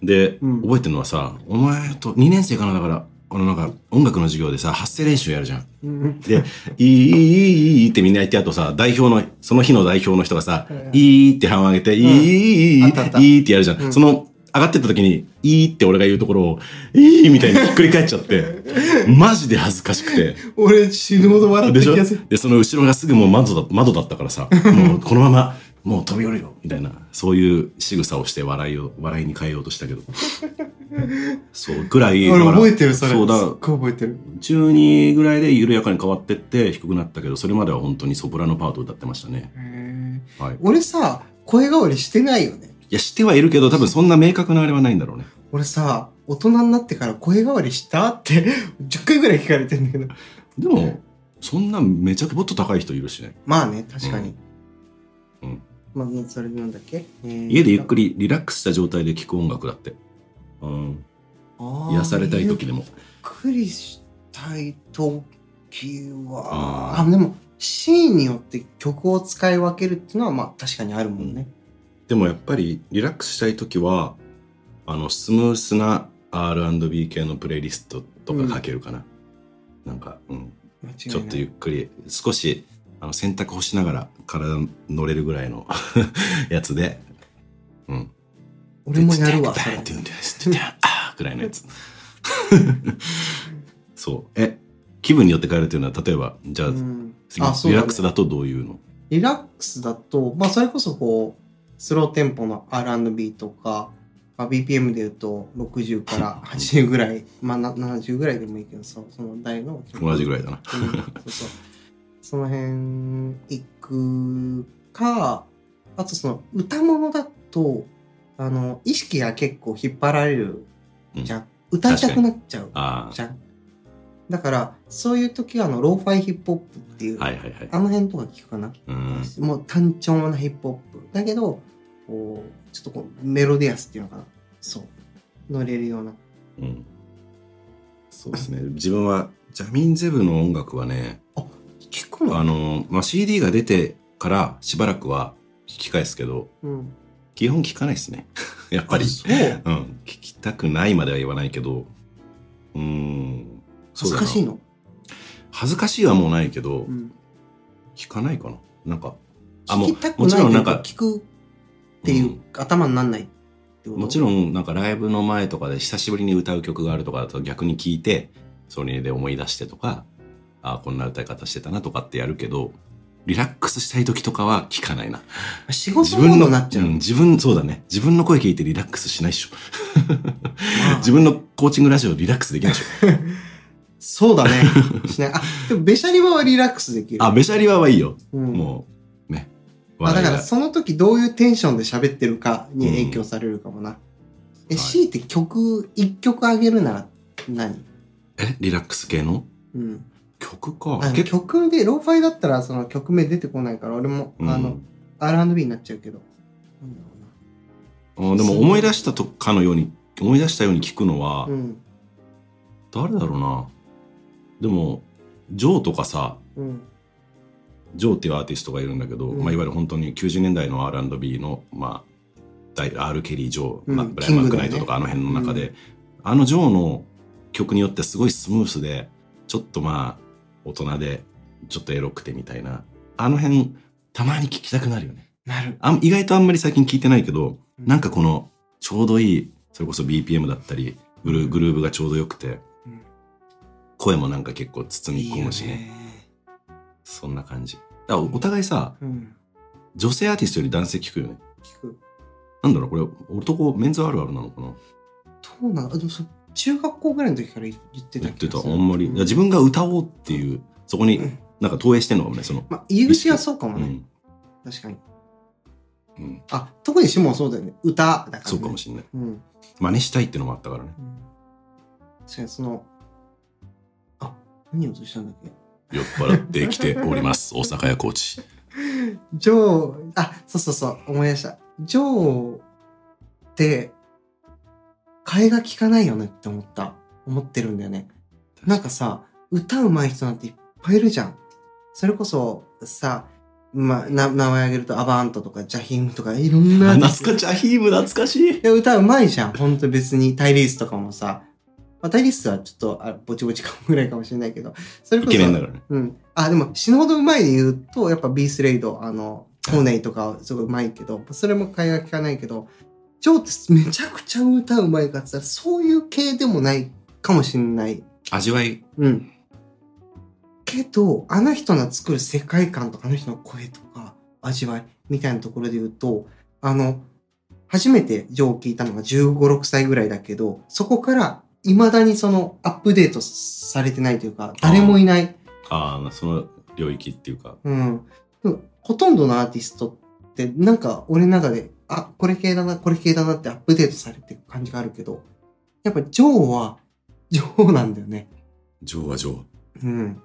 C: で、
B: うん
C: 覚えてるのはさ、お前と2年生かな、だから、あのなんか音楽の授業でさ、発声練習やるじゃん。
B: うん。
C: で、いい、いい、いい、いいってみんな言って、あとさ、代表の、その日の代表の人がさ
B: うん、
C: いいって半を上げて、いい、いい、いい
B: あったあった
C: いいってやるじゃ
B: うん
C: ん。その、上がってった時に、いいって俺が言うところを、いいみたいにひっくり返っちゃって、マジで恥ずかしくて。
B: 俺死ぬほど笑っ
C: で
B: た
C: し
B: 気
C: ょ
B: がする。
C: で、その後ろがすぐもう窓だ窓だったか らさ、もうこのまま、もう飛び降りろみたいな、そういう仕草をして笑いを、笑いに変えようと したけど。そう、ぐらい、
B: 俺
C: だから
B: 覚えてる、それ。
C: そうだ
B: すっごい覚えてる。
C: 中2ぐらいで緩やかに変わってって低くなったけどそれまでは本当にソプラノパートを歌ってましたね、
B: へー
C: はい、い
B: 俺さ、声変わりしてないよね。
C: やしてはいるけど多分そんな明確なあれはないんだろうね
B: 俺さ、大人になってから声変わりしたって 10回ぐらい聞かれてんだけど。
C: でもそんなめちゃくもっと高い人いるしね
B: まあね、確かに。
C: うんうん
B: まあ、それなんだっけ
C: 家でゆっく
B: り
C: りリラックスした状態で聴く音楽だって、うん、癒されたい時でも
B: ゆっくりしたい時はあ
C: あー
B: でもシーンによって曲を使い分けるっていうのはまあ確かにあるもんね、
C: でもやっぱりリラックスしたい時はあのスムースな R&B 系のプレイリストとかかけるかな、なんかうん
B: 間違いない
C: ちょっとゆっくり少しあの洗濯干しながら体乗れるぐらいのやつで
B: 俺もやるわ
C: で
B: そ
C: ちっ
B: れ
C: て言うんですであーぐらいのやつそうえ気分によって変えるというのは例えばじゃあ、
B: うん
C: 次
B: あそう
C: リ
B: だね
C: ラックスだとどういうの
B: リラックスだとまあそれこそこうスローテンポの R&B とか、まあ、BPM で言うと60から80ぐらいまあな70ぐらいでもいいけどさその台の
C: 同じぐらいだな
B: うんそうそうその辺行くか、あとその歌物だと、あの、意識が結構引っ張られるじゃん。歌いたくなっちゃう
C: あ
B: じゃん。だから、そういう時はあの、ローファイヒップホップっていう、
C: あ、はいはいはい。
B: あの辺とか聞くかな。
C: うん。
B: もう単調なヒップホップ。だけど、こう、ちょっとこう、メロディアスっていうのかな。そう。乗れるような。
C: うん。そうですね。自分は、ジャミンゼブの音楽はね、
B: 聞くの
C: あの、まあ、CD が出てからしばらくは聞き返すけど、
B: うん。
C: 基本聞かないですね。 やっぱり。
B: あそう。
C: うん。聞きたくないまでは言わないけど、うーん。そ
B: 恥
C: う
B: ず
C: だ
B: か
C: な
B: しいの。
C: 恥ずかしいはもうないけど、
B: うん。
C: 聞かないかな。なんか、あも
B: 聞
C: う
B: きたく
C: もち
B: ない
C: ろ
B: と
C: ん
B: い
C: なん
B: う
C: か
B: か、聞くっていう、
C: うん
B: 頭になんないってこと
C: もちろん、なんかライブの前とかで久しぶりに歌う曲があるとかだと逆に聞いて、それで思い出してとか、ああ、こんな歌い方してたなとかってやるけど、リラックスしたい時とかは聞かないな。
B: 仕事モードになっちゃう。
C: ん自分、そうだね。自分の声聞いてリラックスしないでしょ。
B: まあ
C: 自分のコーチングラジオリラックスできないでしょ。
B: そうだね。 しない。あ、でも、べしゃり場はリラックスできる。
C: あ、ベシャリバはいいよ。
B: うん、
C: もう、ね。
B: まあ、だから
C: 笑いが
B: その時どういうテンションで喋ってるかに影響されるかもな。え、
C: はい
B: 強いて曲、一曲あげるなら何
C: え、リラックス系の
B: うん。
C: 曲か
B: あ。の
C: 結構、
B: 曲で、ローファイだったらその曲名出てこないから、俺も、
C: うん
B: あの、R&B になっちゃうけど。なんだろ
C: あーでも思い出したとかのように、思い出したように聞くのは、
B: うな。うん。
C: 誰だろうな。でも、ジョーとかさ、
B: うん。
C: ジョーっていうアーティストがいるんだけど、
B: うん
C: まあ、いわゆる本当に90年代の R&B の、まあ、大 R ・ケリー、ジョー、
B: うん
C: まあブライ
B: キ
C: アン・
B: ン
C: マ
B: グ
C: ック
B: だよ
C: ナ
B: ね
C: イトとかあの辺の中で、あのジョーの曲によってすごいスムースで、ちょっとまあ、大人で、ちょっとエロくてみたいな、あの辺、たまに聴きたくなるよね。
B: なる。
C: あん意外とあんまり最近聴いてないけど、
B: うん
C: なんかこの、ちょうどいい、それこそ BPM だったり、グルグルーブがちょうどよくて
B: うん、
C: 声もなんか結構包み
B: いい
C: 込
B: よ
C: むしね。
B: ね。
C: そんな感じ。だからお互いさ、
B: うん。
C: 女性アーティストより男性聞くよね。
B: 聞く。
C: なんだろう、これ、男、メンズあるあるなのかな
B: どうなのあでもそ中学校ぐらいの時から言ってた
C: 言って
B: 気
C: た、
B: が
C: あ
B: する
C: んまり。
B: う
C: いや自分が歌おうっていう、そこに
B: うん
C: なんか投影してんのかもね、その。
B: まあ、入り口はそうかも
C: う
B: ね、
C: ん。
B: 確かに。
C: うん。
B: あ、特にシモンそうだよね。歌だから、ね。
C: そうかもしんない。
B: れない。うん。
C: 真似したいってのもあったからね。
B: 確かにその、あ、何を落としたんだっけ
C: 酔っ払ってきており ます、大阪屋コーチ。
B: ジョー、あ、そうそうそう、思い出した。ジョーって、替えが効かないよねって思った。思ってるんだよね。なんかさ、歌うまい人なんていっぱいいるじゃん。それこそ、さ、まあ、な名前あげるとアバントとかジャヒンとかいろんな
C: あ
B: アーティ
C: 懐
B: スト
C: かしい、アヒーム懐かしい。
B: で歌うまいじゃん。ほんと別に。タイリースとかもさ。まあ、タイリースはちょっと、あぼちぼちかもぐらいかもしれないけど。それ
C: イ
B: こそ。
C: ケメンだからね。
B: うん。あ、でも死ぬほどうまいで言うと、やっぱビースレイド、あの、コーネイとかはすごいうまいけど、それも会話聞かないけど、ジョーってめちゃくちゃ歌うまいかって言ったら、そういう系でもないかもしれない。
C: 味わい、
B: うん。けど、あの人の作る世界観とか、あの人の声とか、味わいみたいなところで言うと、あの、初めてジョーを聞いたのが15、6歳ぐらいだけど、そこから未だにそのアップデートされてないというか、誰もいない。
C: ああ、その領域っていうか。
B: うん。でもほとんどのアーティストって、なんか俺の中で、あ、これ系だな、これ系だなってアップデートされてる感じがあるけど、やっぱジョーは、 ジョーなんだよね。
C: ジョーはジョー。
B: うん。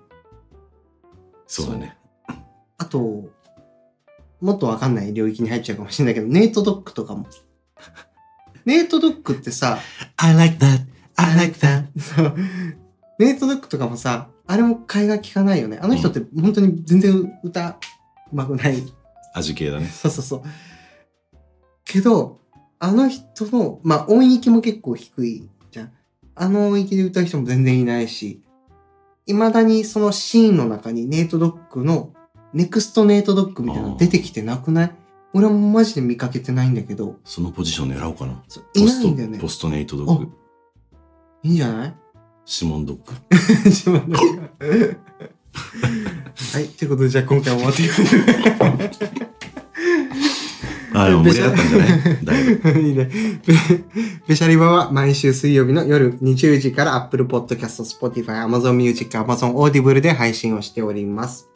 C: そうだね。
B: あと、もっとわかんない領域に入っちゃうかもしれないけど、ネイトドックとかも。 ネイトドックってさ、
C: I like that, I like that.
B: そうネイトドックとかもさ、あれも替えが利かないよね。あの人って本当に全然歌うまくない
C: 味系だね。
B: そうそうそう。けど、あの人の、まあ音域も結構低いじゃん。あの音域で歌う人も全然いないし、未だにそのシーンの中にネイトドッグの、ネクストネイトドッグみたいなの出てきてなくない俺はもうマジで見かけてないんだけど、
C: そのポジション狙おうかな。
B: そうい
C: ポ
B: な
C: ス
B: い
C: ト、
B: んだよね
C: ポ。ストネイトドッグ。
B: いいんじゃない
C: シモンドッグ。
B: 自分の中ではい、ということでじゃあ今回は終わっていく。
C: あでも盛り上がったんじゃ ないだいぶ。
B: いいね。べべしゃりばは毎週水曜日の夜20時から Apple Podcast、Spotify、Amazon Music、Amazon Audible で配信をしております。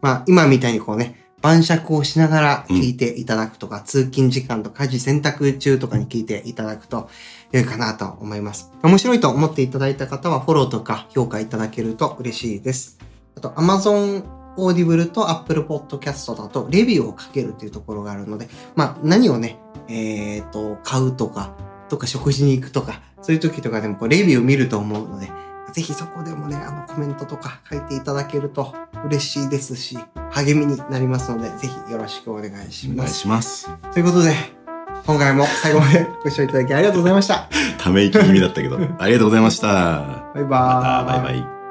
B: まあ、今みたいにこうね、晩酌をしながら聞いていただくとか、通勤時間と家事洗濯中とかに聞いていただくと良いかなと思います。面白いと思っていただいた方はフォローとか評価いただけると嬉しいです。あと、Amazon Audible と Apple Podcast だとレビューをかけるというところがあるので、まあ、何をね、えっ、と、買うとか、とか食事に行くとか、そういう時とかでもこうレビューを見ると思うので、ぜひそこでもね、あのコメントとか書いていただけると嬉しいですし、励みになりますので、ぜひよろしくお願いし
C: お
B: ま
C: 願い
B: す。
C: します。
B: ということで、今回も最後までご視聴いただきありがとうございました。
C: ため息気味だったけど、ありがとうございました。
B: バイ
C: ま
B: バ
C: た、
B: ーイ。
C: バイバイ。